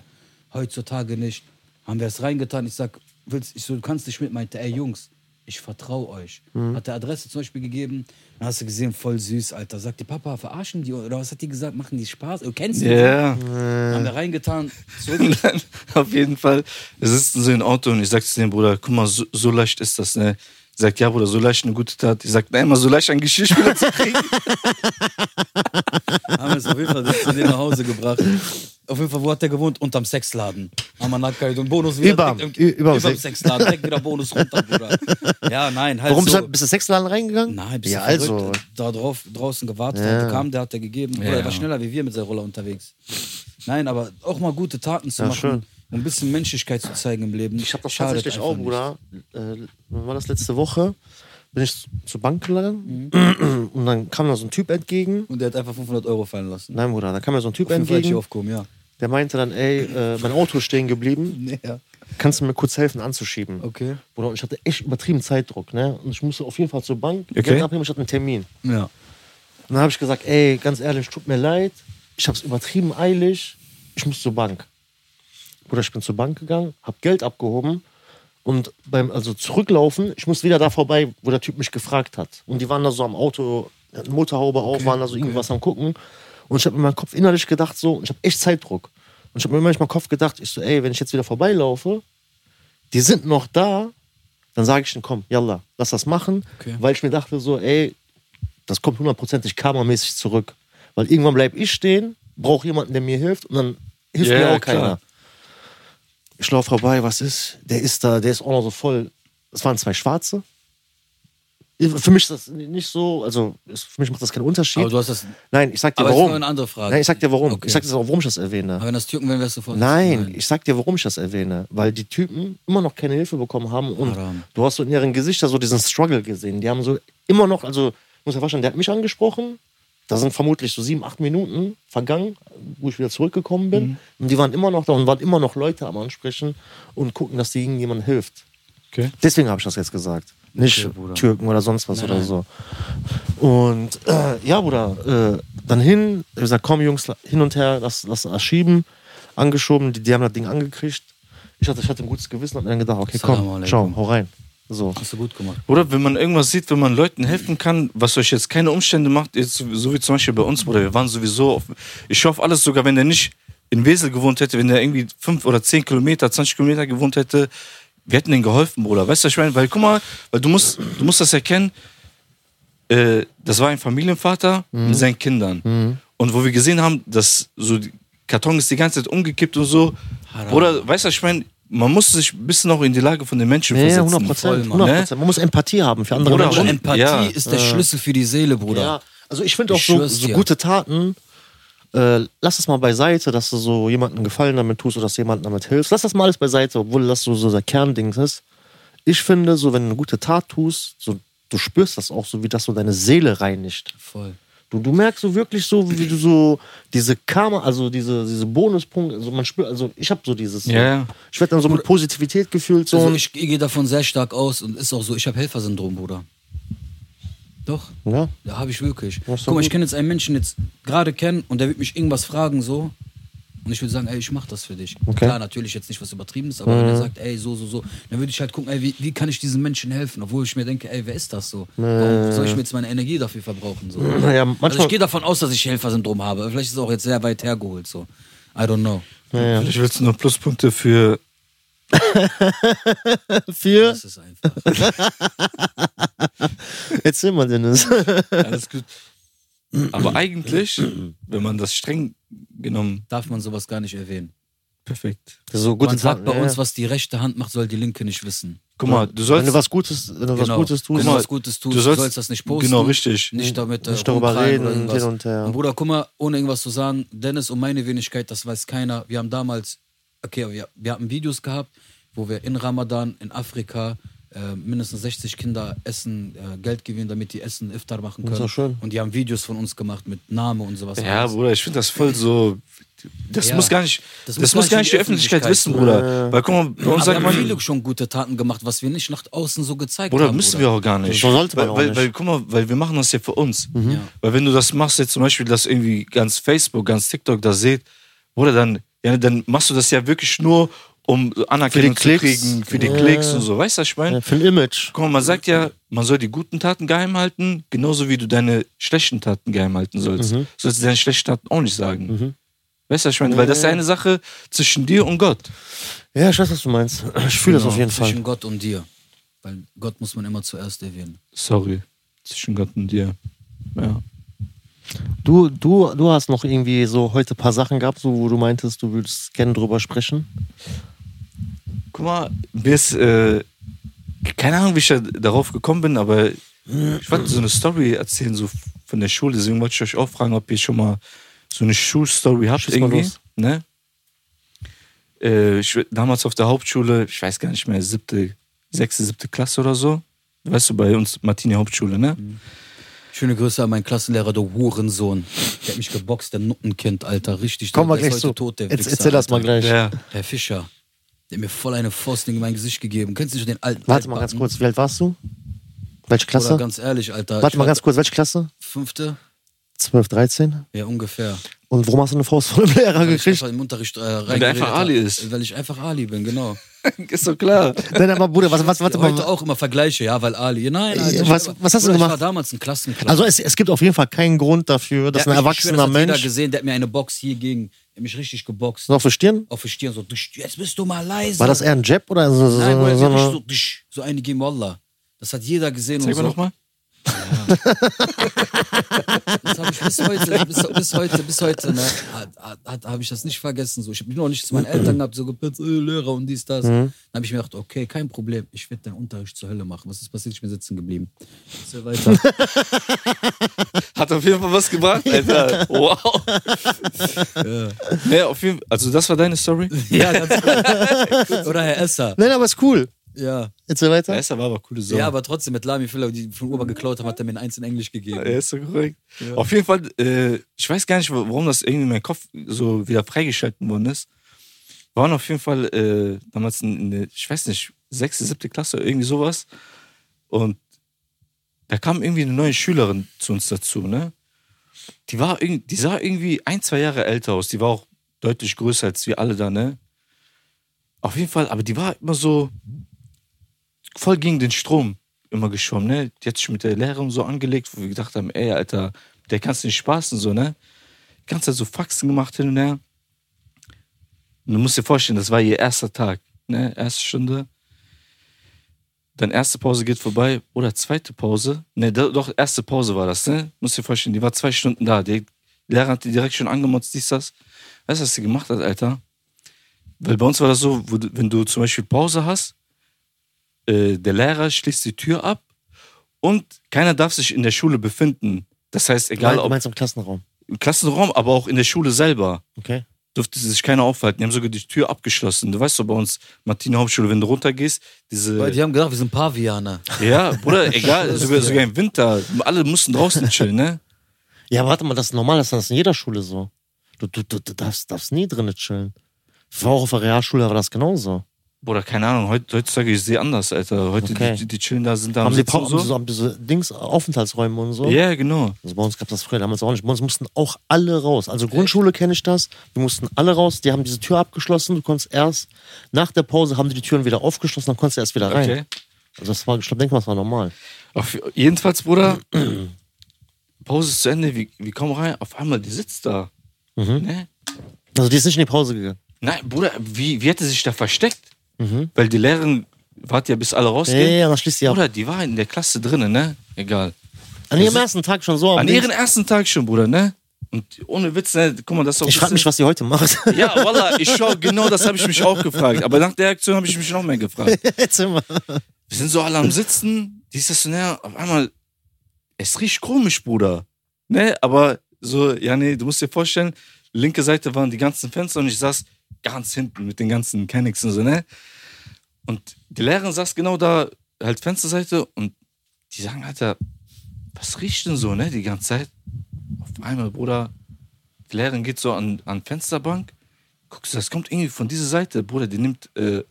heutzutage nicht haben wir es reingetan. Ich sag, willst, ich so, du kannst nicht mit. Meinte, ey Jungs, ich vertraue euch. Hat der Adresse zum Beispiel gegeben. Dann hast du gesehen, voll süß, Alter. Sagt die Papa, verarschen die oder was hat die gesagt? Machen die Spaß? Du kennst die?
Ja.
Haben wir reingetan. Zurück.
Und dann, auf jeden Fall, wir sitzen so im Auto und ich sag zu dem Bruder, guck mal, so, so leicht ist das, ne? Ich sag, ja, Bruder, so leicht eine gute Tat. Ich sag, nein, mal so leicht einen Geschirrspüler zu kriegen.
haben wir es auf jeden Fall zu denen nach Hause gebracht. Auf jeden Fall, wo hat der gewohnt? Unterm Sexladen. Amanakai und Bonus wieder.
Überm-
direkt
ü-
im,
überm
überm
Sex-
Sexladen. Direkt wieder Bonus runter, Bruder. Ja, nein, halt
Warum
so.
bist du Sexladen reingegangen?
Nein, bist
Ja,
du verrückt?
also.
Da drauf, draußen gewartet
Ja.
hatte, kam, der hat er gegeben. Oder er war schneller wie wir mit seinem Roller unterwegs. Nein, aber auch mal gute Taten zu machen.
schön.
Um ein bisschen Menschlichkeit zu zeigen im Leben.
Ich habe das
Schadet
tatsächlich
einfach
auch,
nicht.
Bruder. Äh, wann war das letzte Woche? Bin ich zur Bank gegangen
Mhm.
und dann kam da so ein Typ entgegen.
Und der hat einfach 500 Euro fallen lassen.
Nein, Bruder, da kam mir so ein Typ
Auf jeden Fall hätte ich
entgegen.
aufgehoben, ja.
Der meinte dann, ey, äh, mein Auto ist stehen geblieben.
Nee, ja.
Kannst du mir kurz helfen anzuschieben?
Okay.
Bruder, und ich hatte echt übertrieben Zeitdruck, ne? Und ich musste auf jeden Fall zur Bank.
Okay.
Geld abheben, ich hatte einen Termin.
Ja.
Und dann habe ich gesagt, ey, ganz ehrlich, tut mir leid, ich habe es übertrieben eilig, ich muss zur Bank. Bruder, ich bin zur Bank gegangen, habe Geld abgehoben und beim also zurücklaufen, ich muss wieder da vorbei, wo der Typ mich gefragt hat. Und die waren da so am Auto, hatten Motorhaube auf, waren da so irgendwas am gucken. Und ich habe in meinem Kopf innerlich gedacht so, ich habe echt Zeitdruck. Und ich habe mir immer in meinem Kopf gedacht, ich so, ey, wenn ich jetzt wieder vorbeilaufe, die sind noch da, dann sage ich denen, komm, yalla, lass das machen.
Okay.
Weil ich mir dachte so, ey, das kommt hundertprozentig karmamäßig zurück. Weil irgendwann bleib ich stehen, brauche jemanden, der mir hilft und dann hilft
Ja,
mir auch
klar.
keiner. Ich laufe vorbei, was ist? Der ist da, der ist auch noch so voll. Es waren zwei Schwarze. Für mich ist das nicht so, also ist- für mich macht das keinen Unterschied.
Aber du hast das.
Nein, ich sag dir
Aber das ist nur
warum.
eine andere Frage.
Nein, ich sag dir warum.
Okay.
Ich sag dir auch, warum ich das erwähne.
Aber wenn das Türken wären, wärst du voll.
Nein, ich sag dir, warum ich das erwähne. Weil die Typen immer noch keine Hilfe bekommen haben und
Haram.
du hast so in ihren Gesichtern so diesen Struggle gesehen. Die haben so immer noch, also muss ja verstehen, der hat mich angesprochen. Da sind vermutlich so sieben, acht Minuten vergangen, wo ich wieder zurückgekommen bin.
Mhm.
Und die waren immer noch da und waren immer noch Leute am Ansprechen und gucken, dass dir irgendjemand hilft.
Okay.
Deswegen habe ich das jetzt gesagt. Nicht
Okay, Bruder.
Türken oder sonst was oder so. Und äh, ja, Bruder, äh, dann hin, ich hab gesagt, komm Jungs, la- hin und her, lass, lass das schieben. Angeschoben, die, die haben das Ding angekriegt. Ich hatte, ich hatte ein gutes Gewissen und mir dann gedacht, okay,
Salam
komm,
alaikum.
ciao, hau rein. So.
Hast du gut gemacht.
Oder wenn man irgendwas sieht, wenn man Leuten helfen kann, was euch jetzt keine Umstände macht, jetzt, so wie zum Beispiel bei uns, Bruder, wir waren sowieso auf, ich hoffe alles, sogar wenn der nicht in Wesel gewohnt hätte, wenn der irgendwie fünf oder zehn Kilometer, 20 Kilometer gewohnt hätte, wir hätten denen geholfen, Bruder, weißt du, was ich meine, weil guck mal, weil du musst, du musst das erkennen, äh, das war ein Familienvater
Mhm.
mit seinen Kindern. Und wo wir gesehen haben, dass so die Karton ist die ganze Zeit umgekippt und so.
Haram.
Oder, weißt du, was ich meine, man muss sich ein bisschen auch in die Lage von den Menschen
Ja, ja,
versetzen.
100
voll,
Prozent.
Mann,
100
ne?
Prozent. Man muss Empathie haben für andere
Bruder,
Bruder,
Menschen.
und-
Empathie
ja.
ist der Schlüssel für die Seele, Bruder.
Ja, also ich finde auch
Ich
so,
schwör's
so
dir.
gute Taten, äh, lass das mal beiseite, dass du so jemandem einen Gefallen damit tust oder dass jemand damit hilfst. Lass das mal alles beiseite, obwohl das so, so der Kernding ist. Ich finde, so wenn du eine gute Tat tust, so, du spürst das auch so, wie das so deine Seele reinigt.
Voll.
Du, du merkst so wirklich so, wie du so diese Karma, also diese, diese Bonuspunkte, also man spürt, also ich habe so dieses,
Ja, ja.
ich werde dann so mit Positivität gefühlt, so,
Also ich gehe davon sehr stark aus und ist auch so, ich habe Helfersyndrom, Bruder. Doch.
ja,
Da habe ich wirklich.
Das ist doch
Guck mal, ich
gut.
kann jetzt einen Menschen jetzt gerade kennen und der wird mich irgendwas fragen so. Und ich würde sagen, ey, ich mach das für dich.
Okay. Mhm.
Klar, natürlich jetzt nicht was Übertriebenes, aber wenn er sagt, ey, so, so, so, dann würde ich halt gucken, ey, wie, wie kann ich diesen Menschen helfen? Obwohl ich mir denke, ey, wer ist das so? Warum soll ich mir jetzt meine Energie dafür verbrauchen? So?
Mhm. Ja, manchmal-
also ich gehe davon aus, dass ich Helfersyndrom habe. aber Vielleicht ist es auch jetzt sehr weit hergeholt so. I don't know.
Vielleicht willst du noch Pluspunkte für
für,
Das ist einfach.
erzähl mal Dennis.
alles gut. Aber eigentlich, wenn man das streng genommen,
Darf man sowas gar nicht erwähnen.
perfekt.
So
man sagt bei
ja,
uns,
ja.
was die rechte Hand macht, soll die linke nicht wissen.
Guck mal, du
wenn
sollst.
du was Gutes, wenn du was
Genau.
Gutes
Wenn
tust,
du
Guck mal,
was Gutes tust,
du
du
sollst-
sollst, das nicht posten.
genau, richtig.
Nicht damit äh,
Nicht darüber
rumprallen
reden
oder
und
irgendwas.
hin und her.
Bruder, guck mal, ohne irgendwas zu sagen, Dennis und meine Wenigkeit, das weiß keiner. Wir haben damals, okay, wir, wir hatten Videos gehabt, wo wir in Ramadan in Afrika äh, mindestens 60 Kinder Essen, äh, Geld gewinnen, damit die Essen Iftar machen können.
doch schön.
Und die haben Videos von uns gemacht mit Name und sowas.
ja,
alles.
Bruder, ich finde das voll so. Das
Ja.
muss gar nicht. Das,
Das
muss,
muss
gar nicht
nicht
die
in die
Öffentlichkeit,
Öffentlichkeit,
wissen, Bruder. Weil guck mal, bei uns
Aber wir
sagt
haben
man,
viele schon gute Taten gemacht, was wir nicht nach außen so gezeigt
Bruder,
haben.
müssen
Bruder.
wir auch gar nicht.
So sollte man
weil,
auch
weil,
nicht. Mhm.
Weil, guck mal, weil wir machen das ja für uns.
Ja.
Weil wenn du das machst, jetzt zum Beispiel, dass irgendwie ganz Facebook, ganz TikTok das seht, Bruder, dann, ja, dann machst du das ja wirklich nur, um Anerkennung zu
Klicks.
kriegen, für die
Ja.
Klicks und so. Weißt du, was ich meine?
Ja, für ein Image.
Guck mal, man sagt ja, man soll die guten Taten geheim halten, genauso wie du deine schlechten Taten geheim halten sollst. Sollst du deine schlechten Taten auch nicht sagen. Weißt du, was ich meine? Weil das ist Mhm. ja eine Sache zwischen dir und Gott.
Ja, ich weiß, was du meinst. Ich fühle das
Genau.
auf jeden Fall.
Zwischen Gott und dir. Weil Gott muss man immer zuerst erwähnen.
Sorry. Zwischen Gott und dir. Ja.
Du, du, du hast noch irgendwie so heute ein paar Sachen gehabt, so, wo du meintest, du würdest gerne drüber sprechen.
Guck mal, mir ist, äh, keine Ahnung, wie ich da, darauf gekommen bin, aber ich wollte so eine Story erzählen, so von der Schule. Deswegen wollte ich euch auch fragen, ob ihr schon mal so eine Schulstory habt
Schieß mal
irgendwie.
los.
Ne? Äh, ich, war damals auf der Hauptschule, ich weiß gar nicht mehr, siebte, sechste, siebte Klasse oder so. Weißt du, bei uns Martini Hauptschule, ne?
Schöne Grüße an meinen Klassenlehrer, der Hurensohn. Der hat mich geboxt, der Nuttenkind, Alter. Richtig.
Kommen wir
der, der
gleich
ist
zu.
heute tot, der
Jetzt,
Wichser,
erzähl das mal
Alter.
gleich.
Der,
Herr Fischer, der hat mir voll eine Faust in mein Gesicht gegeben. Kennst du nicht den alten
Warte mal ganz kurz, wie alt warst du? Welche
Oder
Klasse?
ganz ehrlich, Alter. ich
Warte mal
war
ganz kurz, welche Klasse?
Fünfte?
12, 13?
Ja, ungefähr.
Und warum hast du eine Faust von einem Lehrer
Weil ich
gekriegt?
einfach im Unterricht äh,
Weil der einfach
reingeredet
Ali
hab.
ist.
Weil ich einfach Ali bin, genau.
ist doch klar.
Nein, aber Bruder, was, was, warte
Heute
mal. Äh,
auch immer Vergleiche, ja, weil Ali. Nein, Alter, ich
Was-
hab-
was hast du
Bruder, Ich
gemacht?
war damals ein Klassenclown.
Also es, es gibt auf jeden Fall keinen Grund dafür, dass
Der
ein
hat mich- ich schwöre,
erwachsener
das hat jeder
Mensch...
gesehen, der hat mir eine Box hier gegen, der hat mich richtig geboxt.
So auf die Stirn?
Auf die Stirn so, dusch, jetzt bist du mal leise.
War das eher ein Jab oder so, so,
Nein,
so,
Bruder,
so
wirklich
eine...
so, dusch, so eine gegen Wallah.
Also,
Das hat jeder gesehen
Zeig
und so.
mal nochmal.
Das habe ich ein bis heute, bis, bis heute, bis heute, ne, habe ich das nicht vergessen. So. Ich habe noch nicht zu meinen Eltern gehabt, so gepitzt, äh, Lehrer und dies,
Mhm.
das. Dann habe ich mir gedacht, okay, kein Problem, ich werde den Unterricht zur Hölle machen. Was ist passiert? Ich bin sitzen geblieben. So weiter.
Hat auf jeden Fall was gebracht, Alter. Wow. Ja, auf jeden Fall. Also, das war deine Story?
ja, ganz gut. Oder Herr Esser.
Nein, aber ist cool.
Ja.
Jetzt so weiter.
Esther war aber coole Sau.
ja, aber trotzdem mit Lami Filler, die von Urban geklaut haben, hat er mir eins in Englisch gegeben.
Er ist so korrekt. Auf jeden Fall, äh, ich weiß gar nicht, wa- warum das irgendwie in meinem Kopf so wieder freigeschalten worden ist. Wir waren auf jeden Fall äh, damals in, in der, ich weiß nicht, sechste, siebte Klasse, irgendwie sowas. Und da kam irgendwie eine neue Schülerin zu uns dazu, ne? Die war irgendwie, die sah irgendwie ein, zwei Jahre älter aus. Die war auch deutlich größer als wir alle da, ne? Auf jeden Fall, aber die war immer so voll gegen den Strom immer geschwommen, ne? Die hat sich mit der Lehrerin so angelegt, wo wir gedacht haben, ey, Alter, mit der kannst du nicht spaßen, so, ne? Die ganze Zeit so Faxen gemacht hin und her. Und du musst dir vorstellen, das war ihr erster Tag, ne? Erste Stunde. Dann erste Pause geht vorbei oder zweite Pause. Ne, do- doch, erste Pause war das, ne? Musst dir vorstellen, die war zwei Stunden da. Die Lehrer hat die direkt schon angemotzt, dies, das. Weißt du, was sie gemacht hat, Alter? Weil bei uns war das so, wo du, wenn du zum Beispiel Pause hast, äh, der Lehrer schließt die Tür ab und keiner darf sich in der Schule befinden. Das heißt, egal
Mein- du
ob
meinst im Klassenraum.
im Klassenraum, aber auch in der Schule selber,
Okay.
durfte sich keiner aufhalten. Die haben sogar die Tür abgeschlossen. Du weißt doch bei uns, Martina Hauptschule, wenn du runtergehst,
Weil
diese.
die haben gedacht, wir sind Pavianer.
Ja, Bruder, egal, sogar, sogar im Winter. Alle mussten draußen chillen, ne?
Ja, aber warte mal, das ist normal, das ist in jeder Schule so. Du, du, du, du darfst, darfst nie drinnen chillen. Vor auch auf der Realschule war das genauso.
Bruder, keine Ahnung, heut, heutzutage ist sie anders, Alter. Heute,
Okay.
die, die chillen da, sind da am
haben, die,
Sitzen
Pau-
und
haben, die
so.
so, haben die so Dings, Aufenthaltsräume und so.
Ja, genau.
Also bei uns gab es das früher damals auch nicht. Bei uns mussten auch alle raus. Also Grundschule kenne ich das. Wir mussten alle raus. Die haben diese Tür abgeschlossen. Du konntest erst nach der Pause haben die die Türen wieder aufgeschlossen. Dann konntest du erst wieder rein.
Okay.
Also das war, ich glaub, denke mal, das war normal.
Auf, jedenfalls, Bruder, Pause ist zu Ende, wir, wir kommen rein, auf einmal, die sitzt da.
Mhm.
Ne?
Also die ist nicht in die Pause gegangen.
Nein, Bruder, wie, wie hat er sich da versteckt? Weil die Lehrerin wartet ja, bis alle
Ja,
rausgehen.
Mhm. ja, ja, dann schließt sie ab.
Bruder, die war in der Klasse drinnen, ne? Egal.
An ihrem ersten Tag schon so. am
An
Dings.
ihrem ersten Tag schon, Bruder, ne? Und ohne Witz, ne? Guck mal, das ist doch
ich frage mich, was sie heute macht.
Ja, wallah, ich schau, genau das habe ich mich auch gefragt. Aber nach der Aktion habe ich mich noch mehr gefragt.
Jetzt immer.
Wir sind so alle am Sitzen, dies, das und ja, auf einmal, es riecht komisch, Bruder. Ne? Aber so, ja, nee, du musst dir vorstellen, linke Seite waren die ganzen Fenster und ich saß ganz hinten mit den ganzen Kennex und so, ne? Und die Lehrerin saß genau da, halt Fensterseite und die sagen, Alter, was riecht denn so, ne, die ganze Zeit? Auf einmal, Bruder, die Lehrerin geht so an, an Fensterbank, guckst du, das kommt irgendwie von dieser Seite, Bruder, die nimmt, äh,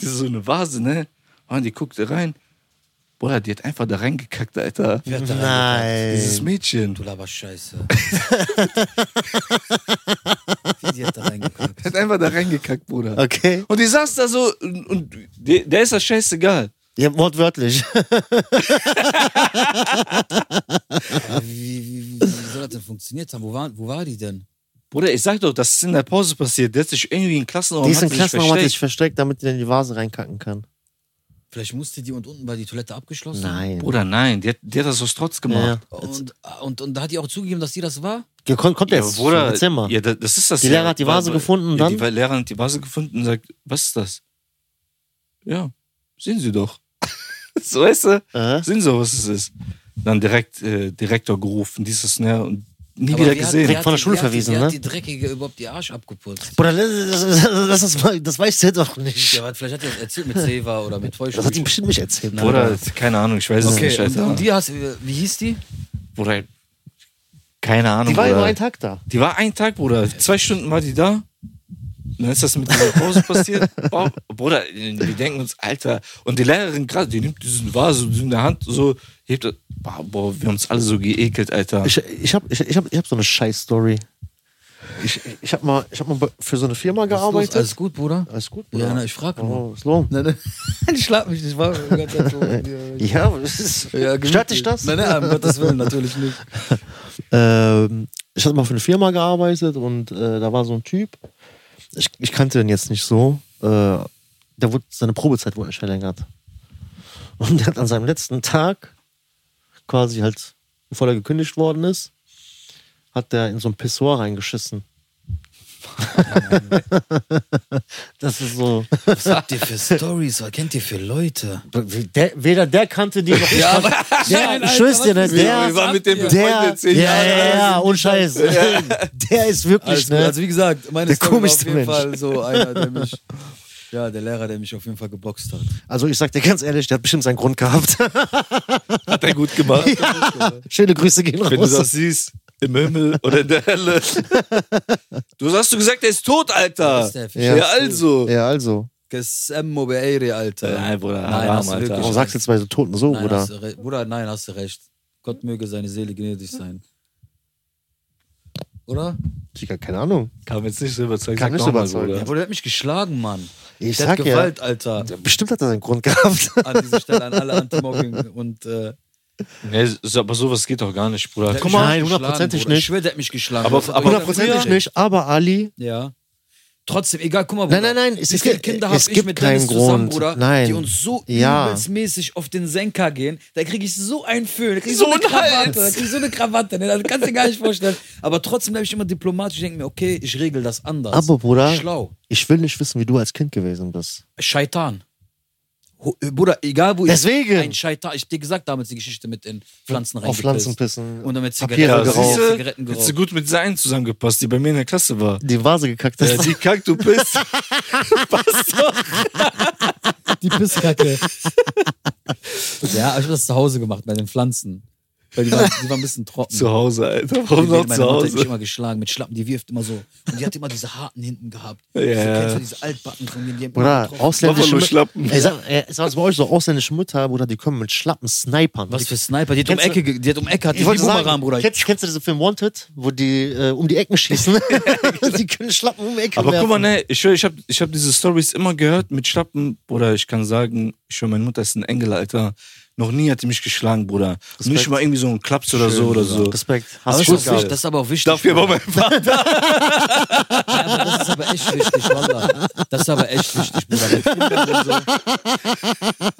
das ist so eine Vase, ne? Und die guckt da rein. Bruder, die hat einfach da reingekackt, Alter.
Wer hat da
Dieses
Nein.
Mädchen.
Du laberst Scheiße. Wie die hat da reingekackt.
hat einfach da reingekackt, Bruder.
Okay.
Und die saß da so und, und der, der ist das scheißegal.
Ja, wortwörtlich.
Wie, wie, wie, wie soll das denn funktioniert haben? Wo war, wo war die denn?
Bruder, ich sag doch, das ist in der Pause passiert. Der hat sich irgendwie in
Oh,
Klassenraum
Die ist
hat
im
sich
Klassenraum, hat sich
versteckt.
versteckt, damit die dann in die Vase reinkacken kann.
Vielleicht musste die und unten war die Toilette abgeschlossen.
Nein.
Bruder, nein, der, hat- der hat das aus Trotz
Ja.
gemacht.
Und, und, und da hat die auch zugegeben, dass die das war?
Ja, kommt, kommt
Ja,
jetzt.
Bruder,
Erzähl mal.
ja, da- das ist das.
Die
ja.
Lehrerin hat die Vase gefunden und
ja,
dann?
Die Lehrerin hat die Vase gefunden und sagt, was ist das? Ja, sehen Sie doch. so weißt du?
Äh?
Sehen Sie, was es ist. Dann direkt äh, Direktor gerufen, dieses, ne, und nie
Aber
wieder
wer hat-
gesehen.
wer
Direkt
hat
von der
die-
Schule
wer hat die-
verwiesen,
wer
ne?
hat die Dreckige überhaupt die Arsch abgeputzt?
Bruder, lass das, das, das, das, das weißt du jetzt doch nicht.
Ja, aber vielleicht hat die das erzählt mit Seva oder mit Feuchel.
Das hat die bestimmt nicht erzählt.
Oder, keine Ahnung, ich
Äh,
weiß es
Okay,
nicht,
und,
Alter.
und die hast, wie hieß die?
Bruder, keine Ahnung.
Die war ja
Bruder.
nur einen Tag da.
Die war einen Tag, Bruder. Zwei Stunden war die da. Dann ist das mit dieser Pause passiert. Wow. Bruder, wir denken uns, Alter. Und die Lehrerin gerade, die nimmt diesen Vase in der Hand, so, hebt das. Boah, boah, wir haben uns alle so geekelt, Alter.
Ich, ich habe ich, ich hab, ich hab so eine Scheiß-Story. Ich, ich habe mal, ich hab mal für so eine Firma
Was ist los?
gearbeitet.
Alles gut, Bruder?
Alles gut,
Ja, na, ich frag nur.
Oh, was ist los?
Nein, nein. Ich schlag mich nicht. War, ja,
Ja, was ist, stört dich das?
Nein, nein, um Gottes Willen, natürlich nicht.
Ähm, ich hatte mal für eine Firma gearbeitet und äh, da war so ein Typ. Ich, ich kannte den jetzt nicht so. Äh, der wurde, seine Probezeit wurde nicht verlängert. Und der hat an seinem letzten Tag quasi halt bevor er gekündigt worden ist, hat er in so ein Pissoir reingeschissen. das ist so.
Was habt ihr für Stories? Was kennt ihr für Leute?
Der, weder der kannte die noch.
Ja,
ich
aber
der,
Alter,
schwör's dir,
was
ne,
ist
der,
los?
mit dem
Der-
der,
befreundet
ja,
zehn
ja,
Jahre.
ja, und Scheiß. Der ist wirklich,
Alles gut.
ne?
Also wie gesagt, meine
Der
Story war auf
komischste
jeden
Mensch.
Fall so einer, der mich, ja, der Lehrer, der mich auf jeden Fall geboxt hat.
Also ich sag dir ganz ehrlich, der hat bestimmt seinen Grund gehabt.
Hat er gut gemacht.
Schöne Grüße gehen
Wenn du
raus.
das siehst, im Himmel oder in der Hölle. Du hast du gesagt, der ist tot, Alter.
Ist der Fisch?
Ja, also.
ja, also.
Gesemo Beiri, Alter.
Nein, Bruder,
nein,
Haram,
hast du
Alter.
wirklich.
Warum sagst du jetzt bei so Toten so,
nein,
oder?
Hast du recht. Bruder, nein, hast du recht. Gott möge seine Seele gnädig sein. Oder?
Digga, keine Ahnung.
Kam jetzt nicht so überzeugen.
Kam
Sag
nicht
noch mal,
überzeugen.
Ja,
Bruder.
Bruder, der hat mich geschlagen, Mann.
Ich
der hat
sag ja,
Gewalt, Alter.
bestimmt hat er seinen Grund gehabt.
An dieser Stelle an alle Anti-Mobbing und äh,
Nee, so- aber sowas geht doch gar nicht, Bruder.
der hat
Guck
mich
mal.
Nein,
geschlagen,
hundertprozentig
Bruder. Ich
nicht.
schwör, der hat mich geschlagen.
Aber-
Was hat er
aber-
gesagt?
Hundertprozentig nicht, aber Ali,
Ja. Trotzdem, egal, guck mal, Bruder.
Nein, nein, nein, es
Wie
ist-
viele Kinder
es
hab ich
gibt
mit Dennis
keinen
zusammen,
Grund.
Bruder,
Nein.
die uns so
Ja.
übelsmäßig auf den Senker gehen, da kriege ich so einen Föhn, da krieg ich
So
so, eine
einen Hals.
Krawatte, da krieg ich so eine Krawatte, ne? das kannst du dir gar nicht vorstellen. Aber trotzdem bleibe ich immer diplomatisch, denke mir, okay, ich regel das anders.
Aber, Bruder-
Schlau.
ich will nicht wissen, wie du als Kind gewesen bist.
Scheitan. Ho- äh, Bruder, egal wo
Deswegen.
ich ein Scheitan, ich hab dir gesagt damals die Geschichte mit den Pflanzen
Auf
reingepisst.
Pflanzen pissen,
Und dann mit
Papiere
Zigaretten-
geraucht,
siehste,
Zigaretten
hättest du
geraucht.
gut mit seinen zusammengepasst, die bei mir in der Klasse war.
die Vase gekackt
Ja,
hast.
die Kack, du bist.
Die Pisskacke. ja, aber ich habe das zu Hause gemacht bei den Pflanzen. Weil die waren, die waren ein bisschen trocken.
zu Hause, Alter. Warum
Deswegen,
noch
meine
zu
Mutter hat mich
Hause?
immer geschlagen mit Schlappen, die wirft immer so. Und die hat immer diese harten hinten gehabt.
Ja.
Du kennst du diese Altbacken von mir, die haben immer
Bruder,
getroffen.
ausländische
Buffalo-Schlappen.
Ey, sag, ey, sag mal bei euch so ausländische Mütter, Bruder, die kommen mit schlappen Snipern.
Was
Die-
für Sniper, die hat um
Kennst du-
Ecke, ge- die hat um Ecke, hat die
ich wollte
Bumerang,
sagen,
Bruder.
Kennst, kennst du diesen Film Wanted, wo die äh, um die Ecken schießen? die können Schlappen um Ecken
Aber
werfen.
guck mal, ne, ich, schwör, ich habe ich hab diese Stories immer gehört mit Schlappen, Bruder. Ich kann sagen, ich höre, meine Mutter ist ein Engel, Alter. Noch nie hat die mich geschlagen, Bruder. Nicht mal irgendwie so ein Klaps oder so oder so.
Respekt.
Aber
Hast du
das,
schon
ist wichtig,
gehabt.
das ist aber auch wichtig.
Dafür war
Bruder.
mein Vater.
Ja, aber das ist aber echt wichtig, Wallah. Das ist aber echt wichtig, Bruder. Mit Kindern und so.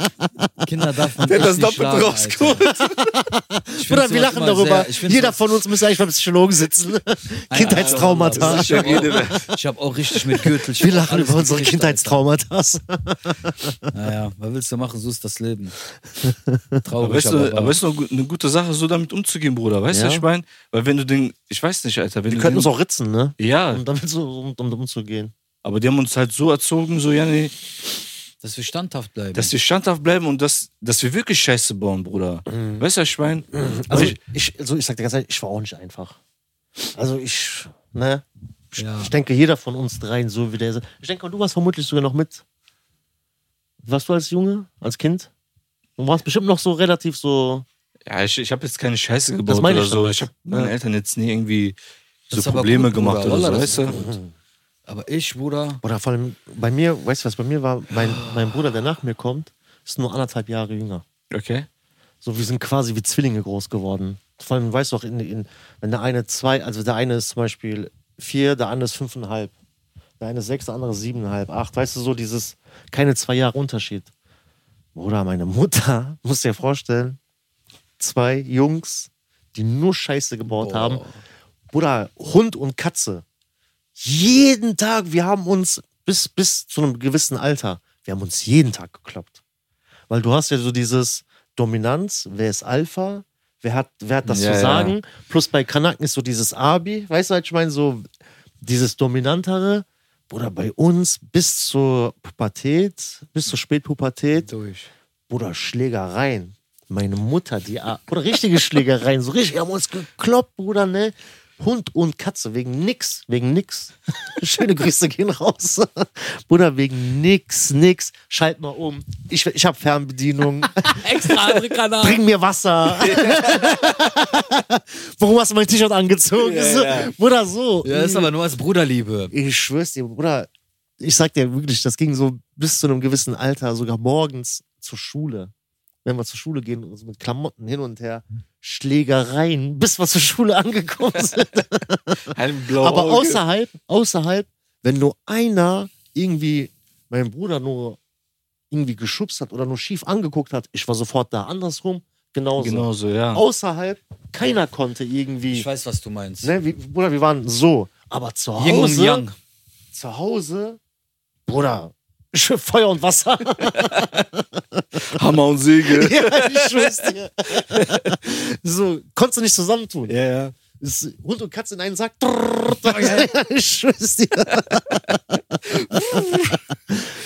Kinder darf man
Der hat
echt
das
nicht
doppelt
schlagen, Alter.
rausgeholt.
Ich find's
Bruder, wir
immer-
lachen
immer
darüber.
sehr- ich find's
Jeder
immer-
von uns müsste eigentlich beim Psychologen sitzen.
Alter,
Kindheitstraumata.
Ich habe auch, ich hab auch richtig mit Gürtel. Ich
Wir
hab
lachen
alles
über unsere
gekriegt,
Kindheitstraumata.
Alter. Naja, was willst du machen? So ist das Leben.
Aber
Traurig,
weißt
aber,
du,
wahr.
aber ist noch gu- eine gute Sache, so damit umzugehen, Bruder. Weißt du,
Ja.
was ich meine? Weil wenn du den, ich weiß nicht, Alter, wenn
Wir
du
könnten
den,
uns auch ritzen, ne?
Mhm. ja,
Um damit so um, um, umzugehen.
aber die haben uns halt so erzogen, so ja, nee,
dass wir standhaft bleiben.
dass wir standhaft bleiben und dass, dass wir wirklich Scheiße bauen, Bruder. Weißt du, was ich meine?
Mhm. Also ich, ich, also ich sag dir ganz ehrlich, ich war auch nicht einfach. Also ich, ne? Ich,
Ja.
ich denke, jeder von uns dreien, so wie der ist. Ich denke, du warst vermutlich sogar noch mit. Warst du als Junge, als Kind? Du warst bestimmt noch so relativ so.
Ja, ich, ich habe jetzt keine Scheiße gebaut
meine
oder
ich
so.
damit.
Ich habe meinen
Ja.
Eltern jetzt nie irgendwie so
ist aber
Probleme
gut, Bruder.
gemacht oder
Wallah,
so,
das
weißt
ist
du?
gut. Aber ich, Bruder,
Oder vor allem bei mir, weißt du was, bei mir war mein, mein Bruder, der nach mir kommt, ist nur anderthalb Jahre jünger.
Okay.
So, wir sind quasi wie Zwillinge groß geworden. Vor allem, weißt du auch, in, in, wenn der eine zwei, also der eine ist zum Beispiel vier, der andere ist fünfeinhalb. Der eine ist sechs, der andere ist siebeneinhalb, acht. Weißt du, so dieses keine zwei Jahre Unterschied. Bruder, meine Mutter, musst dir vorstellen, zwei Jungs, die nur Scheiße gebaut
Boah.
haben. Bruder, Hund und Katze. Jeden Tag, wir haben uns bis, bis zu einem gewissen Alter, wir haben uns jeden Tag gekloppt. Weil du hast ja so dieses Dominanz, wer ist Alpha, wer hat, wer hat das
Ja,
zu
ja.
sagen. Plus bei Kanaken ist so dieses Abi, weißt du, was ich meine, so dieses Dominantere. Bruder, bei uns bis zur Pubertät, bis zur Spätpubertät,
durch.
Bruder, Schlägereien. Meine Mutter, die, Ar- Bruder, richtige Schlägereien, so richtig, wir haben uns gekloppt, Bruder, ne? Hund und Katze, wegen nix, wegen nix. Schöne Grüße gehen raus. Bruder, wegen nix, nix. Schalt mal um. Ich, ich hab Fernbedienung.
Extra andere Kanal.
Bring mir Wasser. Warum hast du mein T-Shirt angezogen? so, Bruder, so.
Ja, das ist aber nur als Bruderliebe.
Ich schwör's dir, Bruder, ich sag dir wirklich, das ging so bis zu einem gewissen Alter, sogar morgens zur Schule. Wenn wir zur Schule gehen, und so mit Klamotten hin und her,
Hm.
Schlägereien, bis wir zur Schule angekommen sind.
Ein blauer
Aber
Auge.
außerhalb, außerhalb, wenn nur einer irgendwie meinen Bruder nur irgendwie geschubst hat oder nur schief angeguckt hat, ich war sofort da. Andersrum, genauso.
Genauso, ja.
Außerhalb, keiner konnte irgendwie.
Ich weiß, was du meinst.
Ne, wie, Bruder, wir waren so. Aber zu
Yin und
Hause,
Yang.
zu Hause, Bruder, Feuer und Wasser.
Hammer und Säge.
ja, ich schwör's dir. so, konntest du nicht zusammentun.
ja, ja.
Ist Hund und Katze in einen Sack. ich schwör's dir.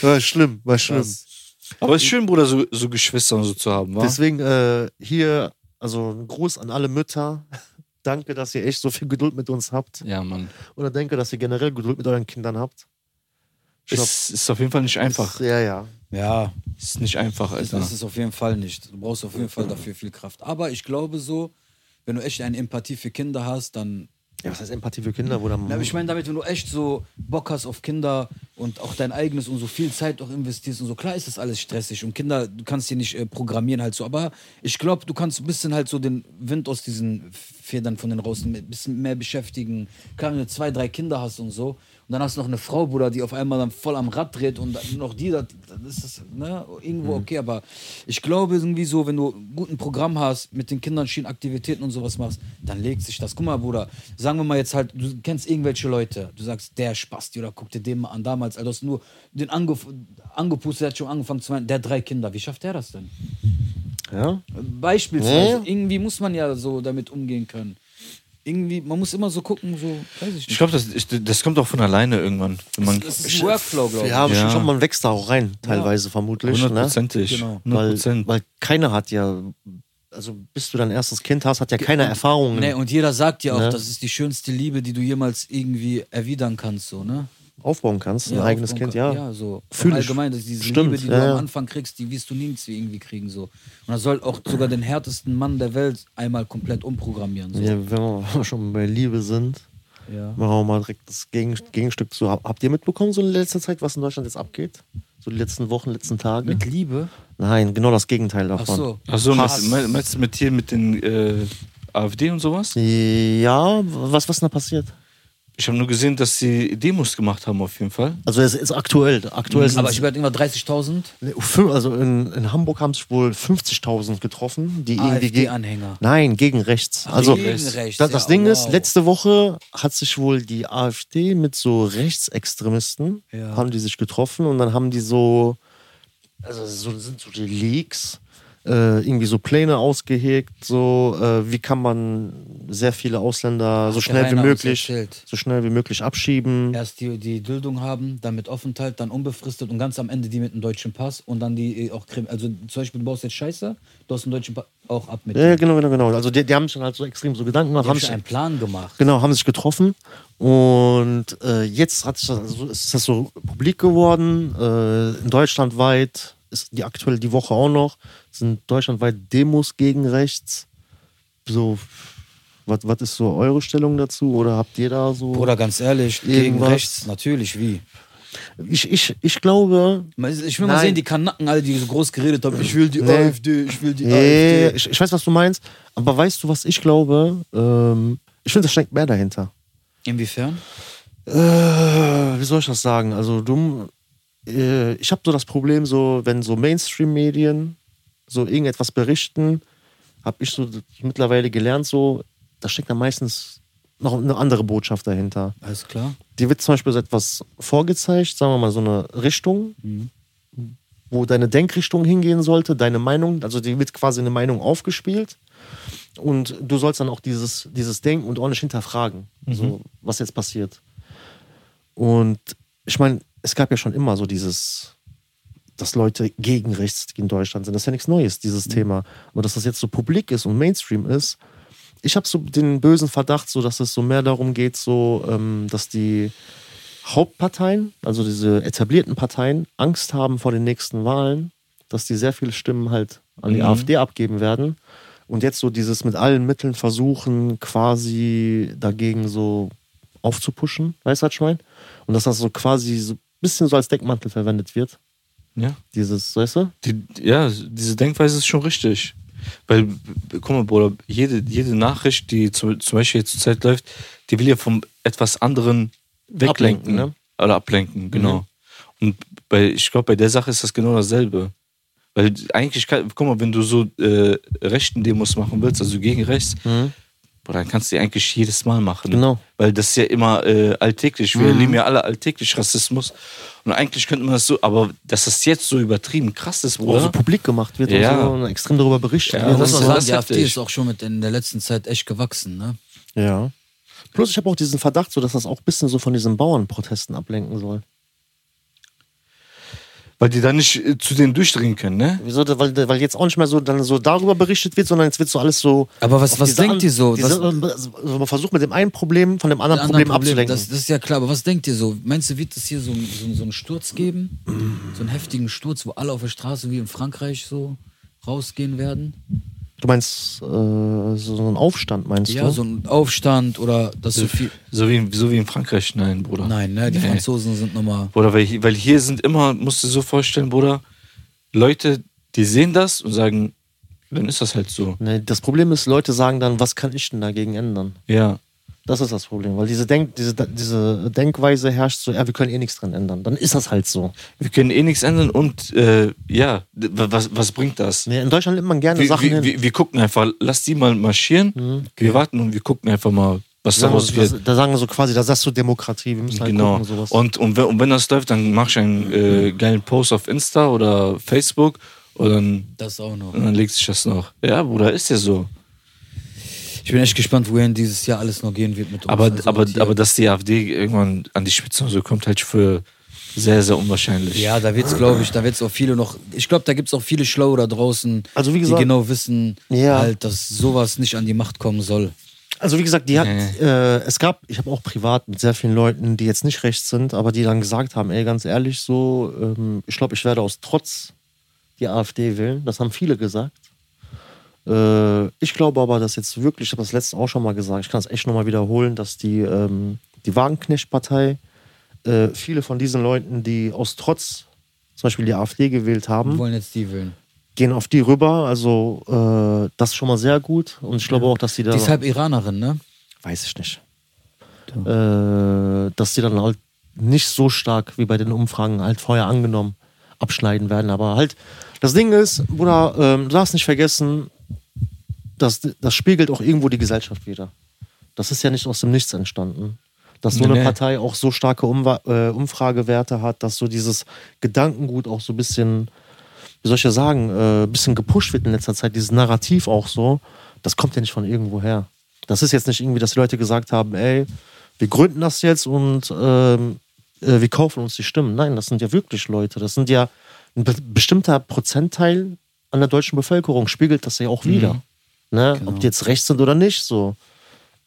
war schlimm, war schlimm.
Aber es ist schön, Bruder, so, so Geschwister und so zu haben, wa?
Deswegen äh, hier, also ein Gruß an alle Mütter. Danke, dass ihr echt so viel Geduld mit uns habt.
Ja, Mann.
Oder denke, dass ihr generell Geduld mit euren Kindern habt. Ich glaub,
Es ist auf jeden Fall nicht einfach.
ist- Ja, ja.
Ja,
ist nicht einfach,
Also das
Alter.
ist es auf jeden Fall nicht. Du brauchst auf jeden Fall dafür viel Kraft. Aber ich glaube so, wenn du echt eine Empathie für Kinder hast, dann.
Ja, was heißt Empathie für Kinder, Bruder?
Na, aber ich meine damit, wenn du echt so Bock hast auf Kinder und auch dein eigenes und so viel Zeit auch investierst und so, klar ist das alles stressig und Kinder, du kannst die nicht äh, programmieren halt so, aber ich glaube, du kannst ein bisschen halt so den Wind aus diesen Federn von den Rosen ein bisschen mehr beschäftigen. Klar, wenn du zwei, drei Kinder hast und so und dann hast du noch eine Frau, Bruder, die auf einmal dann voll am Rad dreht und dann noch die, das, dann ist das ne, irgendwo okay, aber ich glaube irgendwie so, wenn du ein guten Programm hast, mit den Kindern schön Aktivitäten und sowas machst, dann legt sich das. Guck mal, Bruder, sagen wir mal jetzt halt, du kennst irgendwelche Leute, du sagst, der Spasti oder guck dir den mal an damals, also hast nur den Angef angepustet, der hat schon angefangen zu weinen, der hat drei Kinder, wie schafft der das denn?
ja?
Beispielsweise,
Nee.
irgendwie muss man ja so damit umgehen können. Irgendwie, man muss immer so gucken, so, weiß ich
Ich
nicht.
glaube, das, ich- das kommt auch von alleine irgendwann. Wenn man
Das ist ein Workflow, glaube ich.
Ja, aber
Ja.
ich glaube, man wächst da auch rein, teilweise vermutlich. Ne?
hundertprozentig.
Genau.
Weil,
100%.
weil keiner hat ja, also bis du dein erstes Kind hast, hat ja keiner Erfahrungen.
Nee, und jeder sagt ja auch,
Mhm. Ne?
das ist die schönste Liebe, die du jemals irgendwie erwidern kannst, so, ne?
aufbauen kannst, ein eigenes
aufbauen
Kind,
kann-
ja.
Ja, so.
Fühl
Fühl
ich.
allgemein, dass diese
Stimmt,
Liebe, die
ja,
du
ja.
am Anfang kriegst, die wirst du nirgends irgendwie kriegen, so. Und das soll auch sogar den härtesten Mann der Welt einmal komplett umprogrammieren, so.
Ja, wenn wir schon bei Liebe sind,
Ja.
machen wir mal direkt das Gegen Gegenstück zu. Hab- Habt ihr mitbekommen, so in letzter Zeit, was in Deutschland jetzt abgeht? So die letzten Wochen, letzten Tage?
Mit Liebe?
Nein, genau das Gegenteil davon.
Ach so.
Achso,
Hass.
meinst meinst du mit hier mit den äh, AfD und sowas?
Ja, was, was ist denn da passiert?
Ich habe nur gesehen, dass sie Demos gemacht haben, auf jeden Fall.
Also es ist aktuell. Aktuell sind
Mhm. Aber ich werde immer 30.000.
Ne, fün- Also in, in Hamburg haben sich wohl 50.000 getroffen, die irgendwie gegen.
AfD-Anhänger.
Nein, gegen rechts. also
gegen rechts,
das, das
ja, oh,
Ding ist,
wow.
letzte Woche hat sich wohl die AfD mit so Rechtsextremisten
Ja.
haben die sich getroffen und dann haben die so, also so sind so die Leaks. äh, Irgendwie so Pläne ausgehegt, so äh, wie kann man sehr viele Ausländer so
der
schnell wie
Rainer uns
möglich,
erzählt.
so schnell wie möglich abschieben.
Erst die, die Duldung haben, dann mit Aufenthalt, dann unbefristet und ganz am Ende die mit einem deutschen Pass und dann die äh, auch Krim. Also zum Beispiel, du baust jetzt Scheiße, du hast einen deutschen Pass auch ab mit.
Ja, genau, genau, genau. Also die, die haben schon halt so extrem so Gedanken gemacht,
Die haben
haben
schon
sich
einen Plan gemacht.
Genau, haben sich getroffen und äh, jetzt hat sich das, also ist das so publik geworden. Äh, in deutschlandweit ist die aktuelle die Woche auch noch sind deutschlandweit Demos gegen rechts. So, was was ist so eure Stellung dazu oder habt ihr da so?
Bruder, ganz ehrlich, gegen
Irgendwas.
rechts, natürlich, wie?
ich ich ich glaube,
Ich will mal
Nein.
sehen, die Kanacken, alle, die so groß geredet haben, ich will die
Nee.
AfD, ich will die
nee,
AfD.
ich, ich weiß, was du meinst, aber weißt du, was ich glaube? Ähm, ich finde, da steckt mehr dahinter.
Inwiefern?
Äh, wie soll ich das sagen? Also dumm. Äh, ich habe so das Problem, so wenn so Mainstream-Medien so irgendetwas berichten, habe ich so d- mittlerweile gelernt, so da steckt dann meistens noch eine andere Botschaft dahinter.
Alles klar.
Dir wird zum Beispiel so etwas vorgezeigt, sagen wir mal so eine Richtung, wo deine Denkrichtung hingehen sollte, deine Meinung, also dir wird quasi eine Meinung aufgespielt und du sollst dann auch dieses, dieses Denken und ordentlich hinterfragen, so, was jetzt passiert. Und ich meine, es gab ja schon immer so dieses, dass Leute gegen rechts in Deutschland sind. Das ist ja nichts Neues, dieses Thema. Aber dass das jetzt so publik ist und Mainstream ist, ich habe so den bösen Verdacht, so dass es so mehr darum geht, so ähm, dass die Hauptparteien, also diese etablierten Parteien, Angst haben vor den nächsten Wahlen, dass die sehr viele Stimmen halt an die AfD abgeben werden. Und jetzt so dieses mit allen Mitteln versuchen, quasi dagegen so aufzupuschen, weißt du, was ich meine? Und dass das so quasi so ein bisschen so als Deckmantel verwendet wird.
Ja.
Dieses, weißt du?
Die, ja, diese Denkweise ist schon richtig. Weil, b- b- guck mal, Bruder, jede, jede Nachricht, die zum, zum Beispiel jetzt zur Zeit läuft, die will ja vom etwas anderen weglenken.
Ablenken, Mhm. ne?
Oder ablenken, genau. Und bei, ich glaube, bei der Sache ist das genau dasselbe. Weil eigentlich, kann, guck mal, wenn du so äh, rechten Demos machen willst, also gegen rechts, boah, dann kannst du die eigentlich jedes Mal machen.
Mhm. Genau.
Weil das ist ja immer äh, alltäglich. Wir erleben ja alle alltäglich Rassismus. Und eigentlich könnte man das so, aber dass das jetzt so übertrieben krass ist,
Wo
Bruder.
so publik gemacht wird
Ja.
und so und extrem darüber berichtet
Ja,
wird.
das
muss
und
man
ist-
so.
sagen,
das
die AfD
heftig.
ist auch schon mit in der letzten Zeit echt gewachsen, ne?
ja. Plus, ich habe auch diesen Verdacht, so dass das auch ein bisschen so von diesen Bauernprotesten ablenken soll.
Weil die dann nicht äh, zu denen durchdringen können, ne?
Wieso? Weil, weil jetzt auch nicht mehr so, dann so darüber berichtet wird, sondern jetzt wird so alles so.
Aber was-
auf
was
diese
denkt
an-
ihr so?
Diese, so man versucht mit dem einen Problem von dem anderen
Ein
Problem
anderes Problem,
abzulenken.
Das, das ist ja klar, aber was denkt ihr so? Meinst du, wird es hier so, ein- so, ein- so einen Sturz geben? So einen heftigen Sturz, wo alle auf der Straße wie in Frankreich so rausgehen werden?
du meinst äh, so, so einen Aufstand, meinst
Ja,
du?
so ein Aufstand oder dass so viel.
So wie, so wie in Frankreich, nein, Bruder.
Nein, ne? Die
Nee.
Franzosen sind nochmal.
Bruder, weil, hier- weil hier sind immer, musst du dir so vorstellen, Bruder, Leute, die sehen das und sagen, dann ist das halt so.
Nee, das Problem ist, Leute sagen dann, was kann ich denn dagegen ändern?
Ja.
Das ist das Problem, weil diese, Denk diese, diese Denkweise herrscht so, ja, wir können eh nichts dran ändern. Dann ist das halt so.
Wir können eh nichts ändern und äh, ja, d- wa- was, was bringt das?
Nee, in Deutschland nimmt man gerne
Wir,
Sachen
wir,
hin. Mhm.
wir, wir gucken einfach, lass die mal marschieren, wir warten und wir gucken einfach mal, was
sagen,
daraus
wir-
wird.
da sagen wir so quasi, da sagst du Demokratie, wir müssen halt
Genau.
gucken, sowas.
Und, und, wenn, und wenn das läuft, dann mach ich einen äh, geilen Post auf Insta oder Facebook und dann,
Das auch noch.
und dann legt sich das noch. Ja, Bruder, ist ja so.
Ich bin echt gespannt, wohin dieses Jahr alles noch gehen wird mit uns.
Aber,
Also
aber,
mit hier-
aber dass die AfD irgendwann an die Spitze und so kommt, halt für sehr, sehr unwahrscheinlich.
Ja, da wird's, glaube ich, da wird's auch viele noch. Ich glaube, da gibt's auch viele Schlaue da draußen,
Also,
die
wie gesagt-
genau wissen,
Ja.
halt, dass sowas nicht an die Macht kommen soll.
Also wie gesagt, die hat, äh, es gab, ich habe auch privat mit sehr vielen Leuten, die jetzt nicht rechts sind, aber die dann gesagt haben, ey, ganz ehrlich, so, ähm, ich glaube, ich werde aus Trotz die AfD wählen. Das haben viele gesagt. Äh, ich glaube aber, dass jetzt wirklich, ich habe das letzte auch schon mal gesagt, ich kann es echt nochmal wiederholen, dass die, ähm, die Wagenknecht-Partei, äh, viele von diesen Leuten, die aus Trotz zum Beispiel die AfD gewählt haben,
Die wollen jetzt die wählen.
gehen auf die rüber. Also äh, das ist schon mal sehr gut. Und ich glaube auch, dass die da...
Die ist halb Iranerin, ne?
Weiß ich nicht. Äh, dass die dann halt nicht so stark wie bei den Umfragen halt vorher angenommen abschneiden werden. Aber halt, das Ding ist, Bruder, ähm, du darfst nicht vergessen, das, das spiegelt auch irgendwo die Gesellschaft wieder. Das ist ja nicht aus dem Nichts entstanden. Dass so
Nee,
eine
nee.
Partei auch so starke Umwa äh, Umfragewerte hat, dass so dieses Gedankengut auch so ein bisschen, wie soll ich ja sagen, äh, ein bisschen gepusht wird in letzter Zeit, dieses Narrativ auch so, das kommt ja nicht von irgendwo her. Das ist jetzt nicht irgendwie, dass die Leute gesagt haben, ey, wir gründen das jetzt und ähm, äh, wir kaufen uns die Stimmen. Nein, das sind ja wirklich Leute. Das sind ja ein be bestimmter Prozentteil an der deutschen Bevölkerung spiegelt das ja auch
Mhm.
wieder. Ne?
Genau.
Ob die jetzt rechts sind oder nicht, so.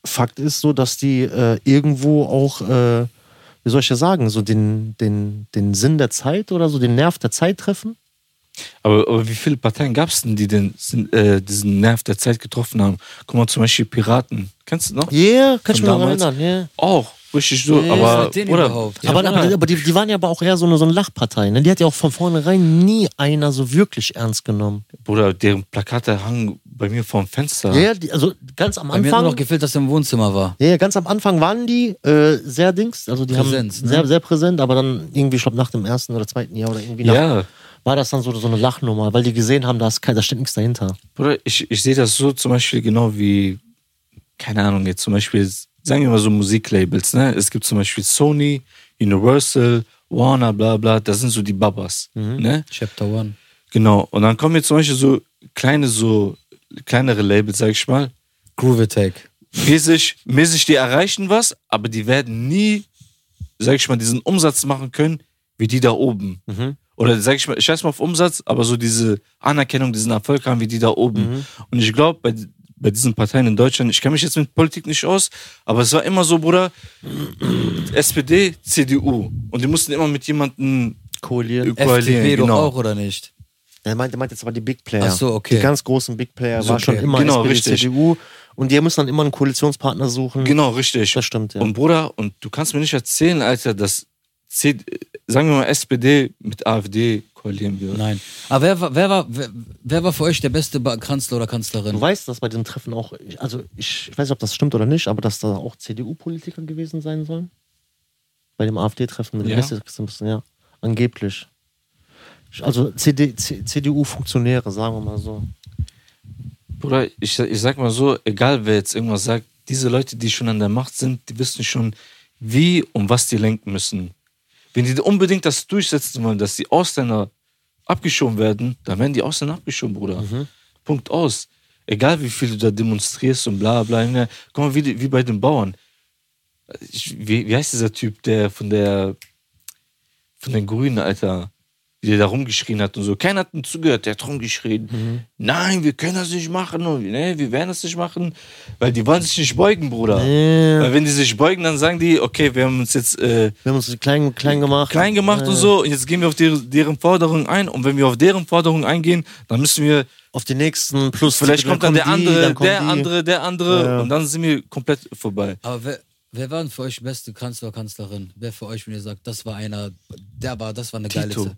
Fakt ist so, dass die äh, irgendwo auch, äh, wie soll ich ja sagen, so den, den, den Sinn der Zeit oder so, den Nerv der Zeit treffen.
Aber, aber wie viele Parteien gab es denn, die den, sind, äh, diesen Nerv der Zeit getroffen haben? Guck mal, zum Beispiel Piraten. Kennst du noch?
Ja, yeah, kann ich
Von
mich noch
damals?
erinnern. Yeah.
Auch, richtig so.
Ja,
aber,
was hat den
oder,
überhaupt?
Ja,
aber
Bruder.
aber, aber die, die waren ja aber auch eher so eine, so eine Lachpartei. Ne? Die hat ja auch von vornherein nie einer so wirklich ernst genommen.
Bruder, deren Plakate hangen bei mir vorm Fenster.
Ja, ja die, also ganz am
Bei mir hat
Anfang.
nur noch gefehlt, dass er im Wohnzimmer war.
Ja, ja, ganz am Anfang waren die äh, sehr Dings, also die
Präsent,
haben
ne?
sehr, sehr präsent, aber dann irgendwie, ich glaube, nach dem ersten oder zweiten Jahr oder irgendwie nach,
Ja.
war das dann so, so eine Lachnummer, weil die gesehen haben, da, ist kein, da steht nichts dahinter.
Bruder, ich, ich sehe das so zum Beispiel genau wie, keine Ahnung, jetzt zum Beispiel, sagen wir mal so Musiklabels, ne? Es gibt zum Beispiel Sony, Universal, Warner, bla bla, das sind so die Babas, ne?
Chapter One.
Genau. Und dann kommen jetzt zum Beispiel so kleine, so kleinere Labels, sag ich mal,
Groove Attack.
mäßig, mäßig, die erreichen was, aber die werden nie, sag ich mal, diesen Umsatz machen können, wie die da oben. Oder sag ich mal, scheiß mal auf Umsatz, aber so diese Anerkennung, diesen Erfolg haben, wie die da oben. Und ich glaube, bei, bei diesen Parteien in Deutschland, ich kenne mich jetzt mit Politik nicht aus, aber es war immer so, Bruder, SPD, CDU. Und die mussten immer mit jemandem
Kohle.
koalieren.
FDP doch
genau.
auch, oder nicht?
Er meint, er meint jetzt aber die Big Player.
Ach so, okay.
Die ganz großen Big Player
So,
war schon
okay.
immer
Genau,
SPD,
richtig.
CDU und die müssen dann immer einen Koalitionspartner suchen.
Genau, richtig.
Das stimmt, ja.
Und Bruder, und du kannst mir nicht erzählen, Alter, dass C sagen wir mal SPD mit AfD koalieren wird.
Nein. Aber wer war, wer war, wer, wer war für euch der beste Ba- Kanzler oder Kanzlerin?
Du weißt, dass bei dem Treffen auch, also ich, ich weiß nicht, ob das stimmt oder nicht, aber dass da auch CDU-Politiker gewesen sein sollen. Bei dem AfD-Treffen mit
Ja.
ja. Messi, ja, angeblich. Also CD, C- CDU-Funktionäre, sagen wir mal so.
Bruder, ich, ich sag mal so, egal wer jetzt irgendwas sagt, diese Leute, die schon an der Macht sind, die wissen schon, wie und was die lenken müssen. Wenn die unbedingt das durchsetzen wollen, dass die Ausländer abgeschoben werden, dann werden die Ausländer abgeschoben, Bruder. Punkt aus. Egal wie viel du da demonstrierst und bla bla. ne. Guck mal, wie, die- wie bei den Bauern. Ich, wie, wie heißt dieser Typ, der von der von den Grünen, Alter, die da rumgeschrien hat und so. Keiner hat ihm zugehört, der hat rumgeschrien. Nein, wir können das nicht machen, und, ne, wir werden das nicht machen, weil die wollen sich nicht beugen, Bruder.
Ja.
Weil wenn die sich beugen, dann sagen die, okay, wir haben uns jetzt äh,
Wir haben uns klein, klein gemacht.
klein gemacht
Äh,
und so, und jetzt gehen wir auf deren, deren Forderungen ein und wenn wir auf deren Forderungen eingehen, dann müssen wir,
Auf den nächsten plus.
vielleicht kommt dann der
kommen die,
andere,
dann kommen
der
die.
andere, der andere
Ja.
und dann sind wir komplett vorbei.
Aber wer, wer war denn für euch beste Kanzler, Kanzlerin? Wer für euch, wenn ihr sagt, das war einer, der war, das war eine geile
Tito.
Ze-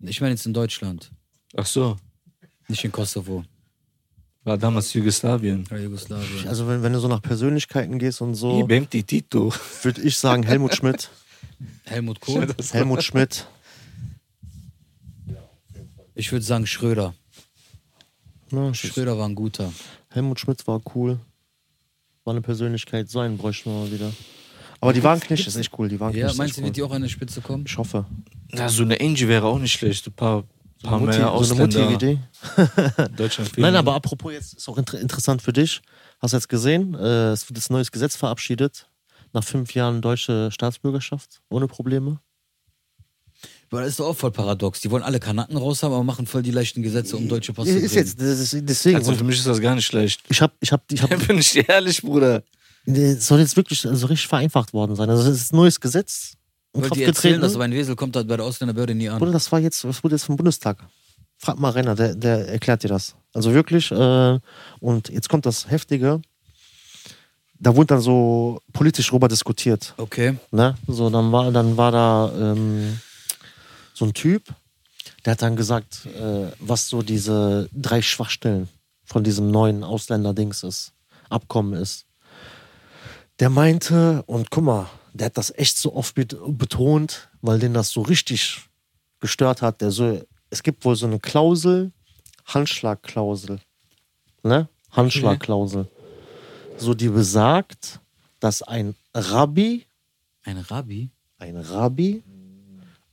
Ich meine jetzt in Deutschland,
Ach so,
nicht in Kosovo,
war damals Jugoslawien.
oder Jugoslawien.
Also, wenn, wenn du so nach Persönlichkeiten gehst und so,
Ibem die Tito.
würde ich sagen Helmut Schmidt.
Helmut Kohl?
Helmut Schmidt.
Ich würde sagen Schröder.
Na,
Schröder war ein guter.
Helmut Schmidt war cool. War eine Persönlichkeit. So einen bräuchten wir mal wieder. Aber die Wagenknecht ist echt cool. Die Wagenknecht
Ja,
ist
meinst du,
echt cool.
wird die auch an die Spitze kommen?
Ich hoffe.
Na, so eine Angie wäre auch nicht schlecht. Ein paar, paar
Mutti,
mehr
so eine mutige
Ausländer.
Idee.
Deutschland fehlen.
Nein, aber apropos, jetzt ist auch inter interessant für dich. Hast du jetzt gesehen, äh, es wird jetzt ein neues Gesetz verabschiedet. Nach fünf Jahren deutsche Staatsbürgerschaft. Ohne Probleme.
Weil das ist doch auch voll paradox. Die wollen alle Kanaken raus haben, aber machen voll die leichten Gesetze, um deutsche Pass zu
Ist
kriegen.
jetzt, das ist, deswegen.
Also für mich ist das gar nicht schlecht.
ich habe, ich habe, ich habe
Bin ich ehrlich, Bruder.
Das soll jetzt wirklich so richtig vereinfacht worden sein. Also es ist ein neues Gesetz. in
Weil
Kraft
die erzählen,
getreten.
dass aber ein Wesel kommt halt bei der Ausländerbehörde nie an.
Bruder, das war jetzt, das wurde jetzt vom Bundestag. Frag mal Renner, der, der erklärt dir das. Also wirklich, äh, und jetzt kommt das Heftige. Da wurde dann so politisch drüber diskutiert.
Okay.
Ne? So, dann war, dann war da ähm, so ein Typ, der hat dann gesagt, äh, was so diese drei Schwachstellen von diesem neuen Ausländer-Dings ist, Abkommen ist. Der meinte, und guck mal, der hat das echt so oft bet- betont, weil den das so richtig gestört hat. Der so, es gibt wohl so eine Klausel, Handschlagklausel. Ne? Handschlagklausel. So, die besagt, dass ein Rabbi
Ein Rabbi?
ein Rabbi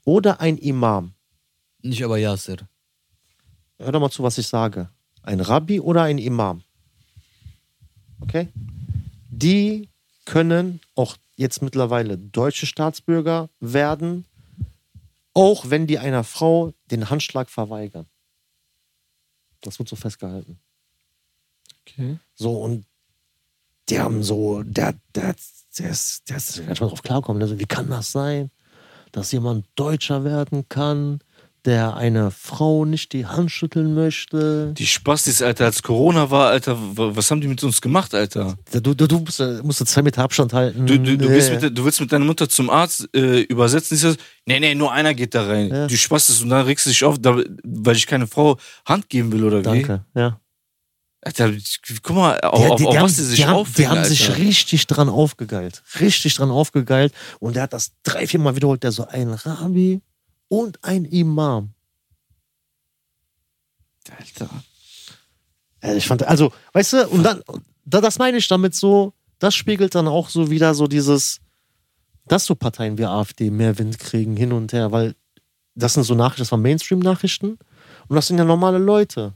oder ein Imam.
Nicht aber Yasser.
Hör doch mal zu, was ich sage. Ein Rabbi oder ein Imam. Okay? Die können auch jetzt mittlerweile deutsche Staatsbürger werden, auch wenn die einer Frau den Handschlag verweigern. Das wird so festgehalten.
Okay.
So, und die haben so, der, der, der ist, der ist gar nicht mal drauf klarkommen. Der so, wie kann das sein, dass jemand Deutscher werden kann, der eine Frau nicht die Hand schütteln möchte?
Die Spastis, Alter, als Corona war, Alter, w- was haben die mit uns gemacht, Alter?
Du, du, du musst, äh, musst zwei Meter Abstand halten.
Du, du, du,
Ja,
bist
ja.
mit, der- du willst mit deiner Mutter zum Arzt äh, übersetzen, die sagt, nee, nee, nur einer geht da rein.
Ja.
Du Spastis und dann regst du dich auf, da, weil ich keine Frau Hand geben will oder wie.
Danke, ja.
Alter, ich- guck mal, auf, auf, auf was sie sich
die haben,
aufregen,
die haben
Alter.
sich richtig dran aufgegeilt. Richtig dran aufgegeilt. Und der hat das drei, vier Mal wiederholt. Der so, ein Rabbi und ein Imam.
Alter.
Also ich fand, also, weißt du, und dann, da, das meine ich damit so, das spiegelt dann auch so wieder so dieses, dass so Parteien wie AfD mehr Wind kriegen hin und her, weil das sind so Nachrichten, das waren Mainstream-Nachrichten und das sind ja normale Leute.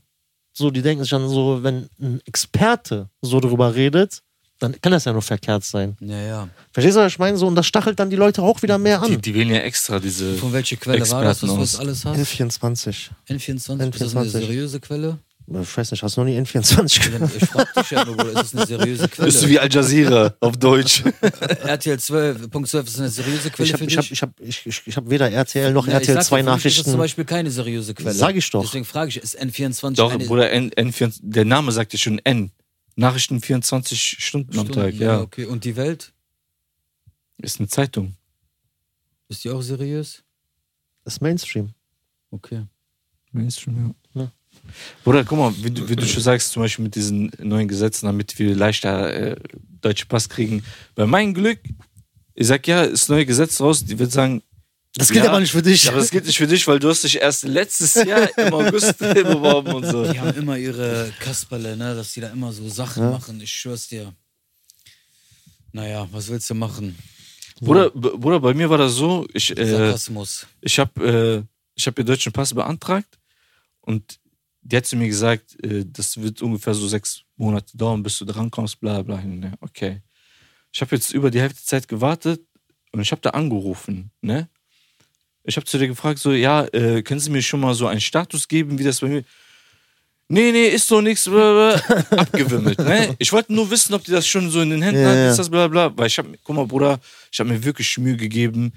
So, die denken sich dann so, wenn ein Experte so drüber redet, dann kann das ja nur verkehrt sein.
Naja.
Verstehst du, was ich meine? So, und das stachelt dann die Leute auch wieder mehr
Die,
an.
die wählen ja extra diese.
Von welcher Quelle war das, dass
Experten
du
aus.
das alles hast?
N24.
N24? Ist das eine
N24.
seriöse Quelle?
Ich weiß nicht, hast du noch nie N24 gehört?
Ich frag dich ja nur, Bruder, ist das eine seriöse
Bist du
Quelle?
wie Al Jazeera auf Deutsch?
RTL 12, Punkt 12 ist eine seriöse Quelle
Ich habe
für
ich
dich?
hab, ich hab, ich, ich, ich hab weder RTL noch
Ja, ich
RTL
sag ja, für
2
mich Ist das
Nachrichten.
zum Beispiel keine seriöse Quelle.
Sag ich doch.
Deswegen frage ich, ist N24
Doch,
eine
Bruder, N, N4, der Name sagt ja schon N. Nachrichten 24 Stunden, am Tag,
Stunden-
ja.
Okay, und die Welt?
Ist eine Zeitung.
Ist die auch seriös?
Das ist Mainstream.
Okay.
Mainstream,
ja. Ja.
Bruder, guck mal, wie, du- wie du schon sagst, zum Beispiel mit diesen neuen Gesetzen, damit wir leichter äh, deutsche Pass kriegen. Bei meinem Glück, ich sag ja, ist neue Gesetz raus, die wird sagen,
Das gilt
Ja.
aber nicht für dich.
Ja, aber das geht nicht für dich, weil du hast dich erst letztes Jahr im August beworben und so.
Die haben immer ihre Kasperle, ne, dass die da immer so Sachen machen. Ich schwör's dir. Naja, was willst du machen?
Bruder, b- Bruder, bei mir war das so, ich, äh,
Sarkasmus.
ich habe äh, ich hab den deutschen Pass beantragt und die hat zu mir gesagt, äh, das wird ungefähr so sechs Monate dauern, bis du drankommst, bla bla. Ne? Okay. Ich habe jetzt über die Hälfte der Zeit gewartet und ich habe da angerufen. Ne? Ich habe zu dir gefragt, so, ja, äh, können Sie mir schon mal so einen Status geben, wie das bei mir... Nee, nee, ist so nichts, bla, bla, abgewimmelt. Ne? Ich wollte nur wissen, ob die das schon so in den Händen
Ja,
hat,
ja.
ist das bla bla. Weil ich habe, guck mal, Bruder, ich habe mir wirklich Mühe gegeben.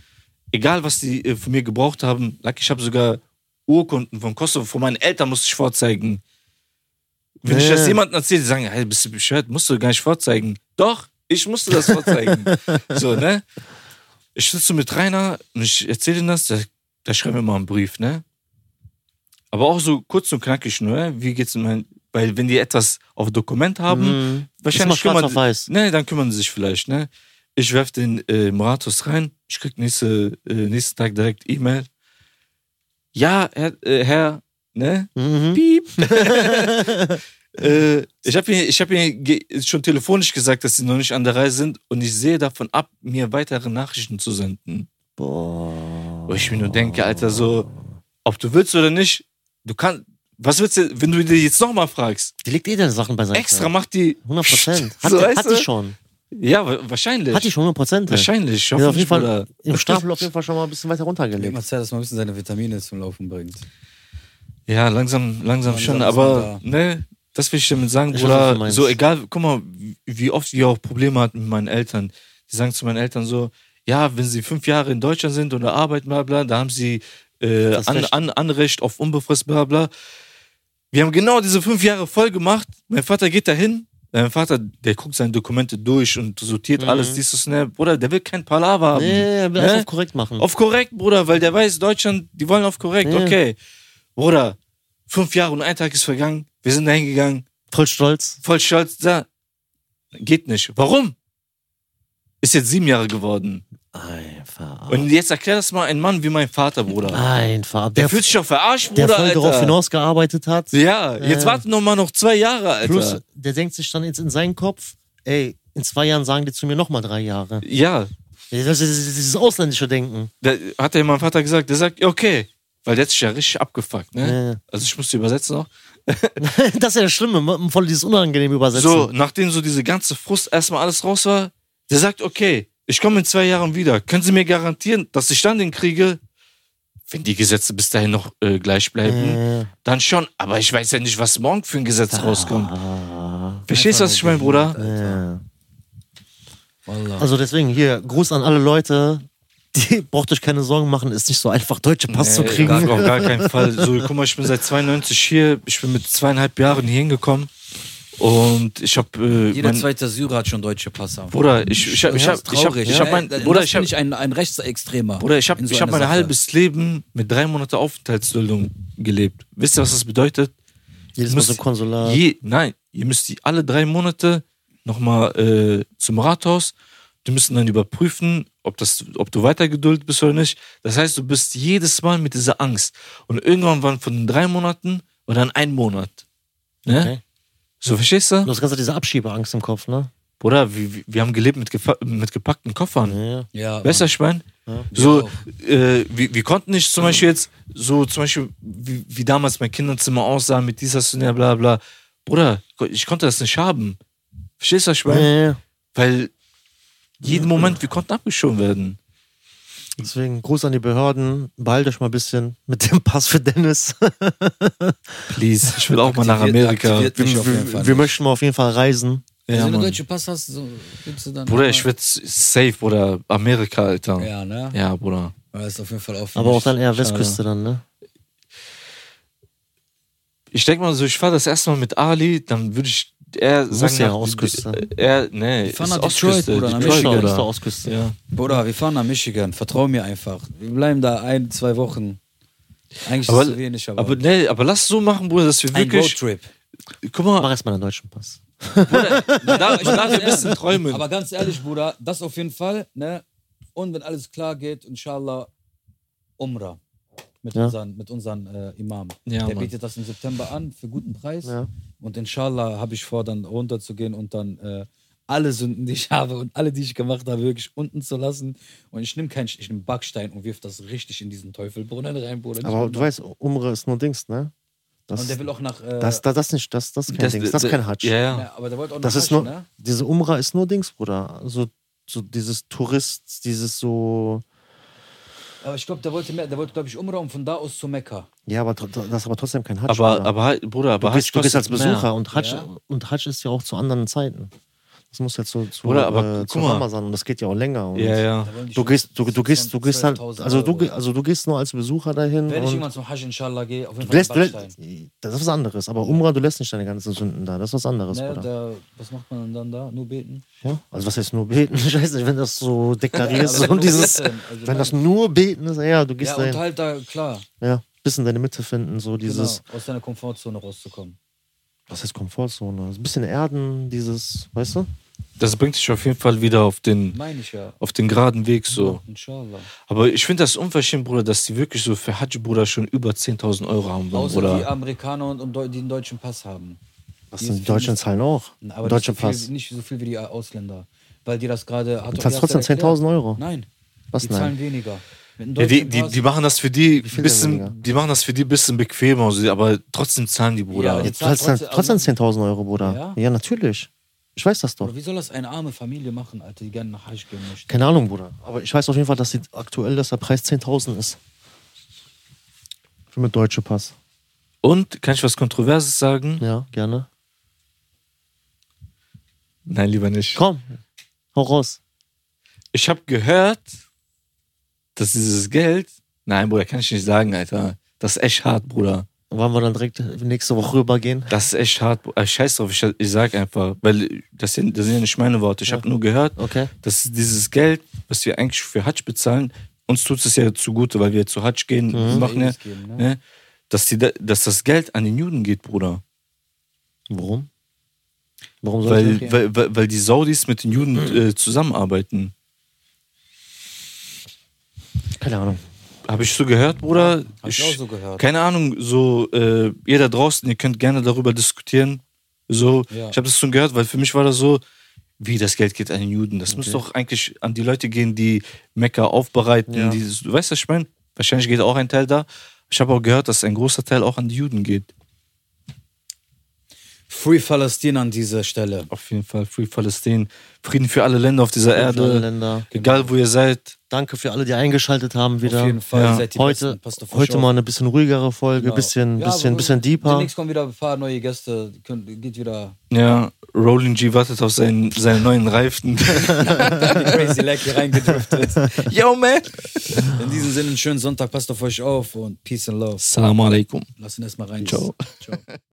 Egal, was die äh, von mir gebraucht haben, like, ich habe sogar Urkunden von Kosovo, von meinen Eltern musste ich vorzeigen. Wenn ich
Ja,
das
ja.
jemandem erzähle, die sagen, hey, bist du bescheuert, musst du gar nicht vorzeigen. Doch, ich musste das vorzeigen. so, ne? Ich sitze mit Rainer und ich erzähle ihm das, da, da schreiben wir mal einen Brief, ne? Aber auch so kurz und knackig nur, ne? wie geht's in mein, weil wenn die etwas auf Dokument haben,
Mhm.
wahrscheinlich
Ist mal schwarz auf
kümmern,
weiß.
ne, dann kümmern sie sich vielleicht, ne? Ich werf den äh, Moratus rein, ich krieg nächste, äh, nächsten Tag direkt E-Mail. Ja, Herr, äh, Herr ne?
Mhm.
Piep. äh, ich habe ihr, ich hab ihr ge- schon telefonisch gesagt, dass sie noch nicht an der Reihe sind und ich sehe davon ab, mir weitere Nachrichten zu senden.
Boah.
Wo ich mir nur denke, Alter, so, ob du willst oder nicht, du kannst, was willst du, wenn du dir jetzt nochmal fragst?
Die legt eh deine Sachen beiseite.
Extra macht die.
100 Prozent. Hat,
So,
die-
weißt
hat
du?
die schon.
Ja, wa- wahrscheinlich.
Hat die schon 100 Prozent.
Wahrscheinlich, ich hoffe
Ja, auf jeden
nicht,
Fall
Bruder.
im Stapel auf jeden Fall schon mal ein bisschen weiter
Leg
runtergelegt.
mal Zeit, dass man ein bisschen seine Vitamine zum Laufen bringt.
Ja, langsam, langsam,
Langsam
schon,
ist
aber ne, das will ich damit sagen,
Ich weiß, was du
Bruder,
meinst.
so egal, guck mal, wie- wie oft wir auch Probleme hatten mit meinen Eltern. Die sagen zu meinen Eltern so, ja, wenn sie fünf Jahre in Deutschland sind oder arbeiten, bla bla, da haben sie äh,
Das
an,
Recht.
an, Anrecht auf unbefrist, bla bla. Wir haben genau diese fünf Jahre voll gemacht. Mein Vater geht dahin, mein Vater, der guckt seine Dokumente durch und sortiert alles, dies, das, ne, Bruder, der will kein Palaver haben.
Mhm. Nee, er will
ne?
alles auf korrekt machen.
Auf korrekt, Bruder, weil der weiß, Deutschland, die wollen auf korrekt,
Ja.
okay. Bruder, fünf Jahre und ein Tag ist vergangen, wir sind da hingegangen,
Voll stolz.
voll stolz, da. Geht nicht. Warum? Ist jetzt sieben Jahre geworden.
Einfach.
Und jetzt erklär das mal ein Mann wie mein Vater, Bruder.
Einfach.
Der
Ah, Der,
fühlt sich doch verarscht, Bruder,
der voll
Alter.
darauf hinausgearbeitet hat.
Ja, jetzt
Ja.
warten noch mal noch zwei Jahre, Alter.
Plus, der denkt sich dann jetzt in seinen Kopf, ey, in zwei Jahren sagen die zu mir nochmal drei Jahre.
Ja,
Das ist dieses ausländische Denken.
da hat ja mein Vater gesagt, der sagt, ja, okay. Weil der hat sich ja richtig abgefuckt, ne?
Ja.
Also ich musste übersetzen auch.
Das ist ja das Schlimme, voll dieses unangenehme Übersetzen.
So, nachdem so diese ganze Frust erstmal alles raus war, der sagt, okay, ich komme in zwei Jahren wieder. Können Sie mir garantieren, dass ich dann den kriege? Wenn die Gesetze bis dahin noch äh, gleich bleiben,
Äh,
dann schon. Aber ich weiß ja nicht, was morgen für ein Gesetz rauskommt.
ah,
Verstehst du, was ich meine, Bruder?
äh.
Wallah.
Also deswegen hier, Gruß an alle Leute, die braucht euch keine Sorgen machen, ist nicht so einfach, deutsche Pass zu
Nee,
kriegen.
Gar, auf gar keinen Fall. So, guck mal, ich bin seit 92 hier. Ich bin mit zweieinhalb Jahren hier hingekommen. Und ich habe. Äh,
Jeder
mein-
zweite Syrer hat schon deutsche Passer.
Bruder, ich, ich, hab- ich,
Das
hab-
ist
ich, hab-
traurig,
ich
ne?
habe mein.
Ey,
Bruder,
das
ich habe
bin ich ein, ein Rechtsextremer.
Bruder, ich habe
in so
ich hab
einer
mein
Sache.
halbes Leben mit drei Monate Aufenthaltsduldung gelebt. Wisst ihr, was das bedeutet?
Jedes Mal
Müsst-
so Konsulat.
Je, nein, ihr müsst die alle drei Monate nochmal äh, zum Rathaus. Die müssen dann überprüfen, ob, das, ob du weitergeduldet bist oder nicht. Das heißt, du bist jedes Mal mit dieser Angst. Und irgendwann waren von den drei Monaten war dann ein Monat. Ne?
Okay.
So, verstehst du?
Du hast ganz diese Abschiebeangst im Kopf, ne?
Bruder, wir, wir- wir haben gelebt mit, gefa- mit gepackten Koffern.
Ja.
Ja,
Weißt du, was ich meine? So, äh, wir, wir konnten nicht zum Beispiel jetzt, so zum Beispiel, wie, wie damals mein Kinderzimmer aussah mit dieser Szene, bla bla. Bruder, ich konnte das nicht haben. Verstehst du, was ich
Ja,
meine?
ja, ja.
Weil jeden Moment, wir konnten abgeschoben werden.
Deswegen Gruß an die Behörden, beeilt euch mal ein bisschen mit dem Pass für Dennis.
Please, ich will auch mal nach
Aktiviert-
Amerika.
aktiviert mich auf jeden Fall.
Wir, wir möchten mal auf jeden Fall reisen.
Ja,
wenn du
Mann.
deutsche Pass hast, so gibst du dann.
Bruder,
nochmal-
ich werde safe, Bruder. Amerika, Alter.
Ja,
Ja,
ne?
Bruder.
Aber ist auf jeden Fall offen.
Aber auch dann eher Westküste dann, ne?
Ich denke mal so, ich fahre das erste Mal mit Ali, dann würde ich eher sagen.
ja
nach-
Ostküste.
Er, nee, ist
fahren nach Detroit,
Ostküste.
Bruder, nach
Detroit,
Michigan.
Mischau ist
Bruder.
der Ostküste.
Ja.
Bruder, wir fahren nach Michigan. Vertrau mir einfach. Wir bleiben da ein, zwei Wochen. Eigentlich
Aber,
ist es zu wenig, aber.
aber, nee, aber lass so machen, Bruder, dass wir
ein
wirklich.
Roadtrip.
Guck mal,
Mach erstmal den deutschen Pass.
man darf, man darf
bin
ein bisschen
ehrlich.
träumen.
Aber ganz ehrlich, Bruder, das auf jeden Fall, ne? Und wenn alles klar geht, inshallah,
Umrah. Mit
Ja.
unseren, mit unseren äh, Imam.
Ja,
der
Mann.
bietet das im September an für guten Preis.
Ja.
Und inshallah habe ich vor, dann runterzugehen und dann äh, alle Sünden, die ich habe und alle, die ich gemacht habe, wirklich unten zu lassen. Und ich nehme keinen, ich nehme Backstein und wirf das richtig in diesen Teufelbrunnen rein, Bruder.
Aber du weißt, Umre ist nur Dings, ne? Das,
und der will auch nach. Äh,
das, das, das nicht, das, das ist kein Dings, das ist kein Hatsch.
Ja, ja.
ja, aber der wollte auch
Das
nach
ist nur,
Hajj, ne?
diese Umra ist nur Dings, Bruder. So, so dieses Tourist, dieses so,
Aber ich glaube, der wollte mehr, der wollte, glaube ich, Umrah und von da aus zu Mekka.
ja, aber tr- das ist aber trotzdem kein Hatsch.
Aber,
Bruder.
aber, halt, Bruder, aber
du gehst, du
Hajj
gehst als
kostet mehr.
Besucher und Hatsch,
Ja.
und Hatsch ist ja auch zu anderen Zeiten. Das muss ja zu, zu,
Bruder, aber
äh,
guck
zu
mal.
Ramazan und das geht ja auch länger. Und
Ja, ja.
Da wollen die
Du
schon
gehst, du, du gehst, du gehst halt,
12.000
also du,
Euro.
ge- also du gehst nur als Besucher dahin
Wenn ich
und
irgendwann zum Hajj inshallah gehe, auf jeden
du
Fall Ne,
lässt, du lässt,
Backstein.
das ist was anderes. Aber Umra, du lässt nicht deine ganzen Sünden da. Das ist was anderes,
Ne,
Bruder.
da, was macht man dann da? Nur beten?
Ja? Also was heißt nur beten? Ich weiß nicht, wenn das so deklariert
aber
ist. und
wenn du
dieses,
beten, also
wenn das
meine-
nur beten ist, ja, du gehst
Ja, und
dahin.
halt da, klar,
Ja, bisschen deine Mitte finden, so dieses,
genau, aus deiner Komfortzone rauszukommen.
was heißt Komfortzone? Also Ein bisschen Erden, dieses, weißt du?
Das bringt dich auf jeden Fall wieder auf den,
Meine ich ja.
auf den geraden Weg so.
Inshallah.
Aber ich finde das unverschämt, Bruder, dass die wirklich so für Hajj, Bruder, schon über 10.000 Euro haben wollen,
Außer die
Bruder.
Amerikaner und, und Deu- die einen deutschen Pass haben.
Was
Die
in
ist-
Deutschland zahlen auch.
Aber
Deutscher
nicht so viel,
Pass.
Nicht so viel wie die äh, Ausländer. Weil die das gerade. hat doch
zahlst
die erste
trotzdem 10.000 Euro.
Nein.
Was
die
nein?
zahlen weniger. Mit einem
Ja, die,
deutschen
die,
Pass-
die machen das für die
viel denn weniger?
bisschen, die machen das für die bisschen bequemer, und so, aber trotzdem zahlen die, Bruder.
Ja,
Ja,
die
du
zahlen
zahlst dann
trotzdem-
trotzdem 10.000 Euro, Bruder.
Ja?
Ja? natürlich. Ich weiß das doch.
Oder wie soll das eine arme Familie machen, Alter, die gerne nach Hajj gehen möchte?
Keine Ahnung, Bruder. Aber ich weiß auf jeden Fall, dass die aktuell, dass der Preis 10.000 ist. Für mit deutsche Pass.
Und kann ich was Kontroverses sagen?
Ja, gerne.
Nein, lieber nicht.
Komm, hau raus.
ich habe gehört, dass dieses Geld. Nein, Bruder, kann ich nicht sagen, Alter. Das ist echt hart, Bruder.
Wollen wir dann direkt nächste Woche rübergehen?
Das ist echt hart. Bru- Äh, Scheiß drauf, ich, ich sag einfach, weil das sind, das sind ja nicht meine Worte. Ich hab habe nur gehört,
Okay.
dass dieses Geld, was wir eigentlich für Hatsch bezahlen, uns tut es ja zugute, weil wir zu Hatsch gehen, wir machen ja,
Ewig gehen, ne?
ne? dass, die, da- dass das Geld an den Juden geht, Bruder.
Warum? Warum sollte
Weil, weil, weil, weil die Saudis mit den Juden äh, zusammenarbeiten.
Keine Ahnung.
Habe ich so gehört, Bruder?
Hab ich auch so gehört.
Keine Ahnung, so, äh, ihr da draußen, ihr könnt gerne darüber diskutieren. So,
Ja.
ich habe das schon gehört, weil für mich war das so, wie das Geld geht an den Juden. Das muss doch eigentlich an die Leute gehen, die Mekka aufbereiten.
Ja.
Die, du weißt, was ich meine? Wahrscheinlich geht auch ein Teil da. Ich habe auch gehört, dass ein großer Teil auch an die Juden geht.
Free Palästina an dieser Stelle.
Auf jeden Fall, Free Palestine. Frieden für alle Länder auf dieser
Frieden für alle
Erde.
Länder.
genau.
Egal, wo ihr seid.
Danke für alle, die eingeschaltet haben wieder.
Auf jeden Fall
Ja.
seid ihr
Heute,
besten. Passt auf euch
heute
auf. Genau.
mal eine bisschen ruhigere Folge, bisschen,
Ja,
bisschen,
aber
bisschen deeper.
Demnächst kommen wieder ein paar neue Gäste. Könnt- Geht wieder
Ja, Rolling G wartet auf seinen, seinen neuen Reifen.
die Crazy Leg hier reingedriftet.
Yo, man!
In diesem Sinne, einen schönen Sonntag. Passt auf euch auf und Peace and Love.
Salam alaikum.
Lass ihn erstmal rein.
Ciao.
Ciao.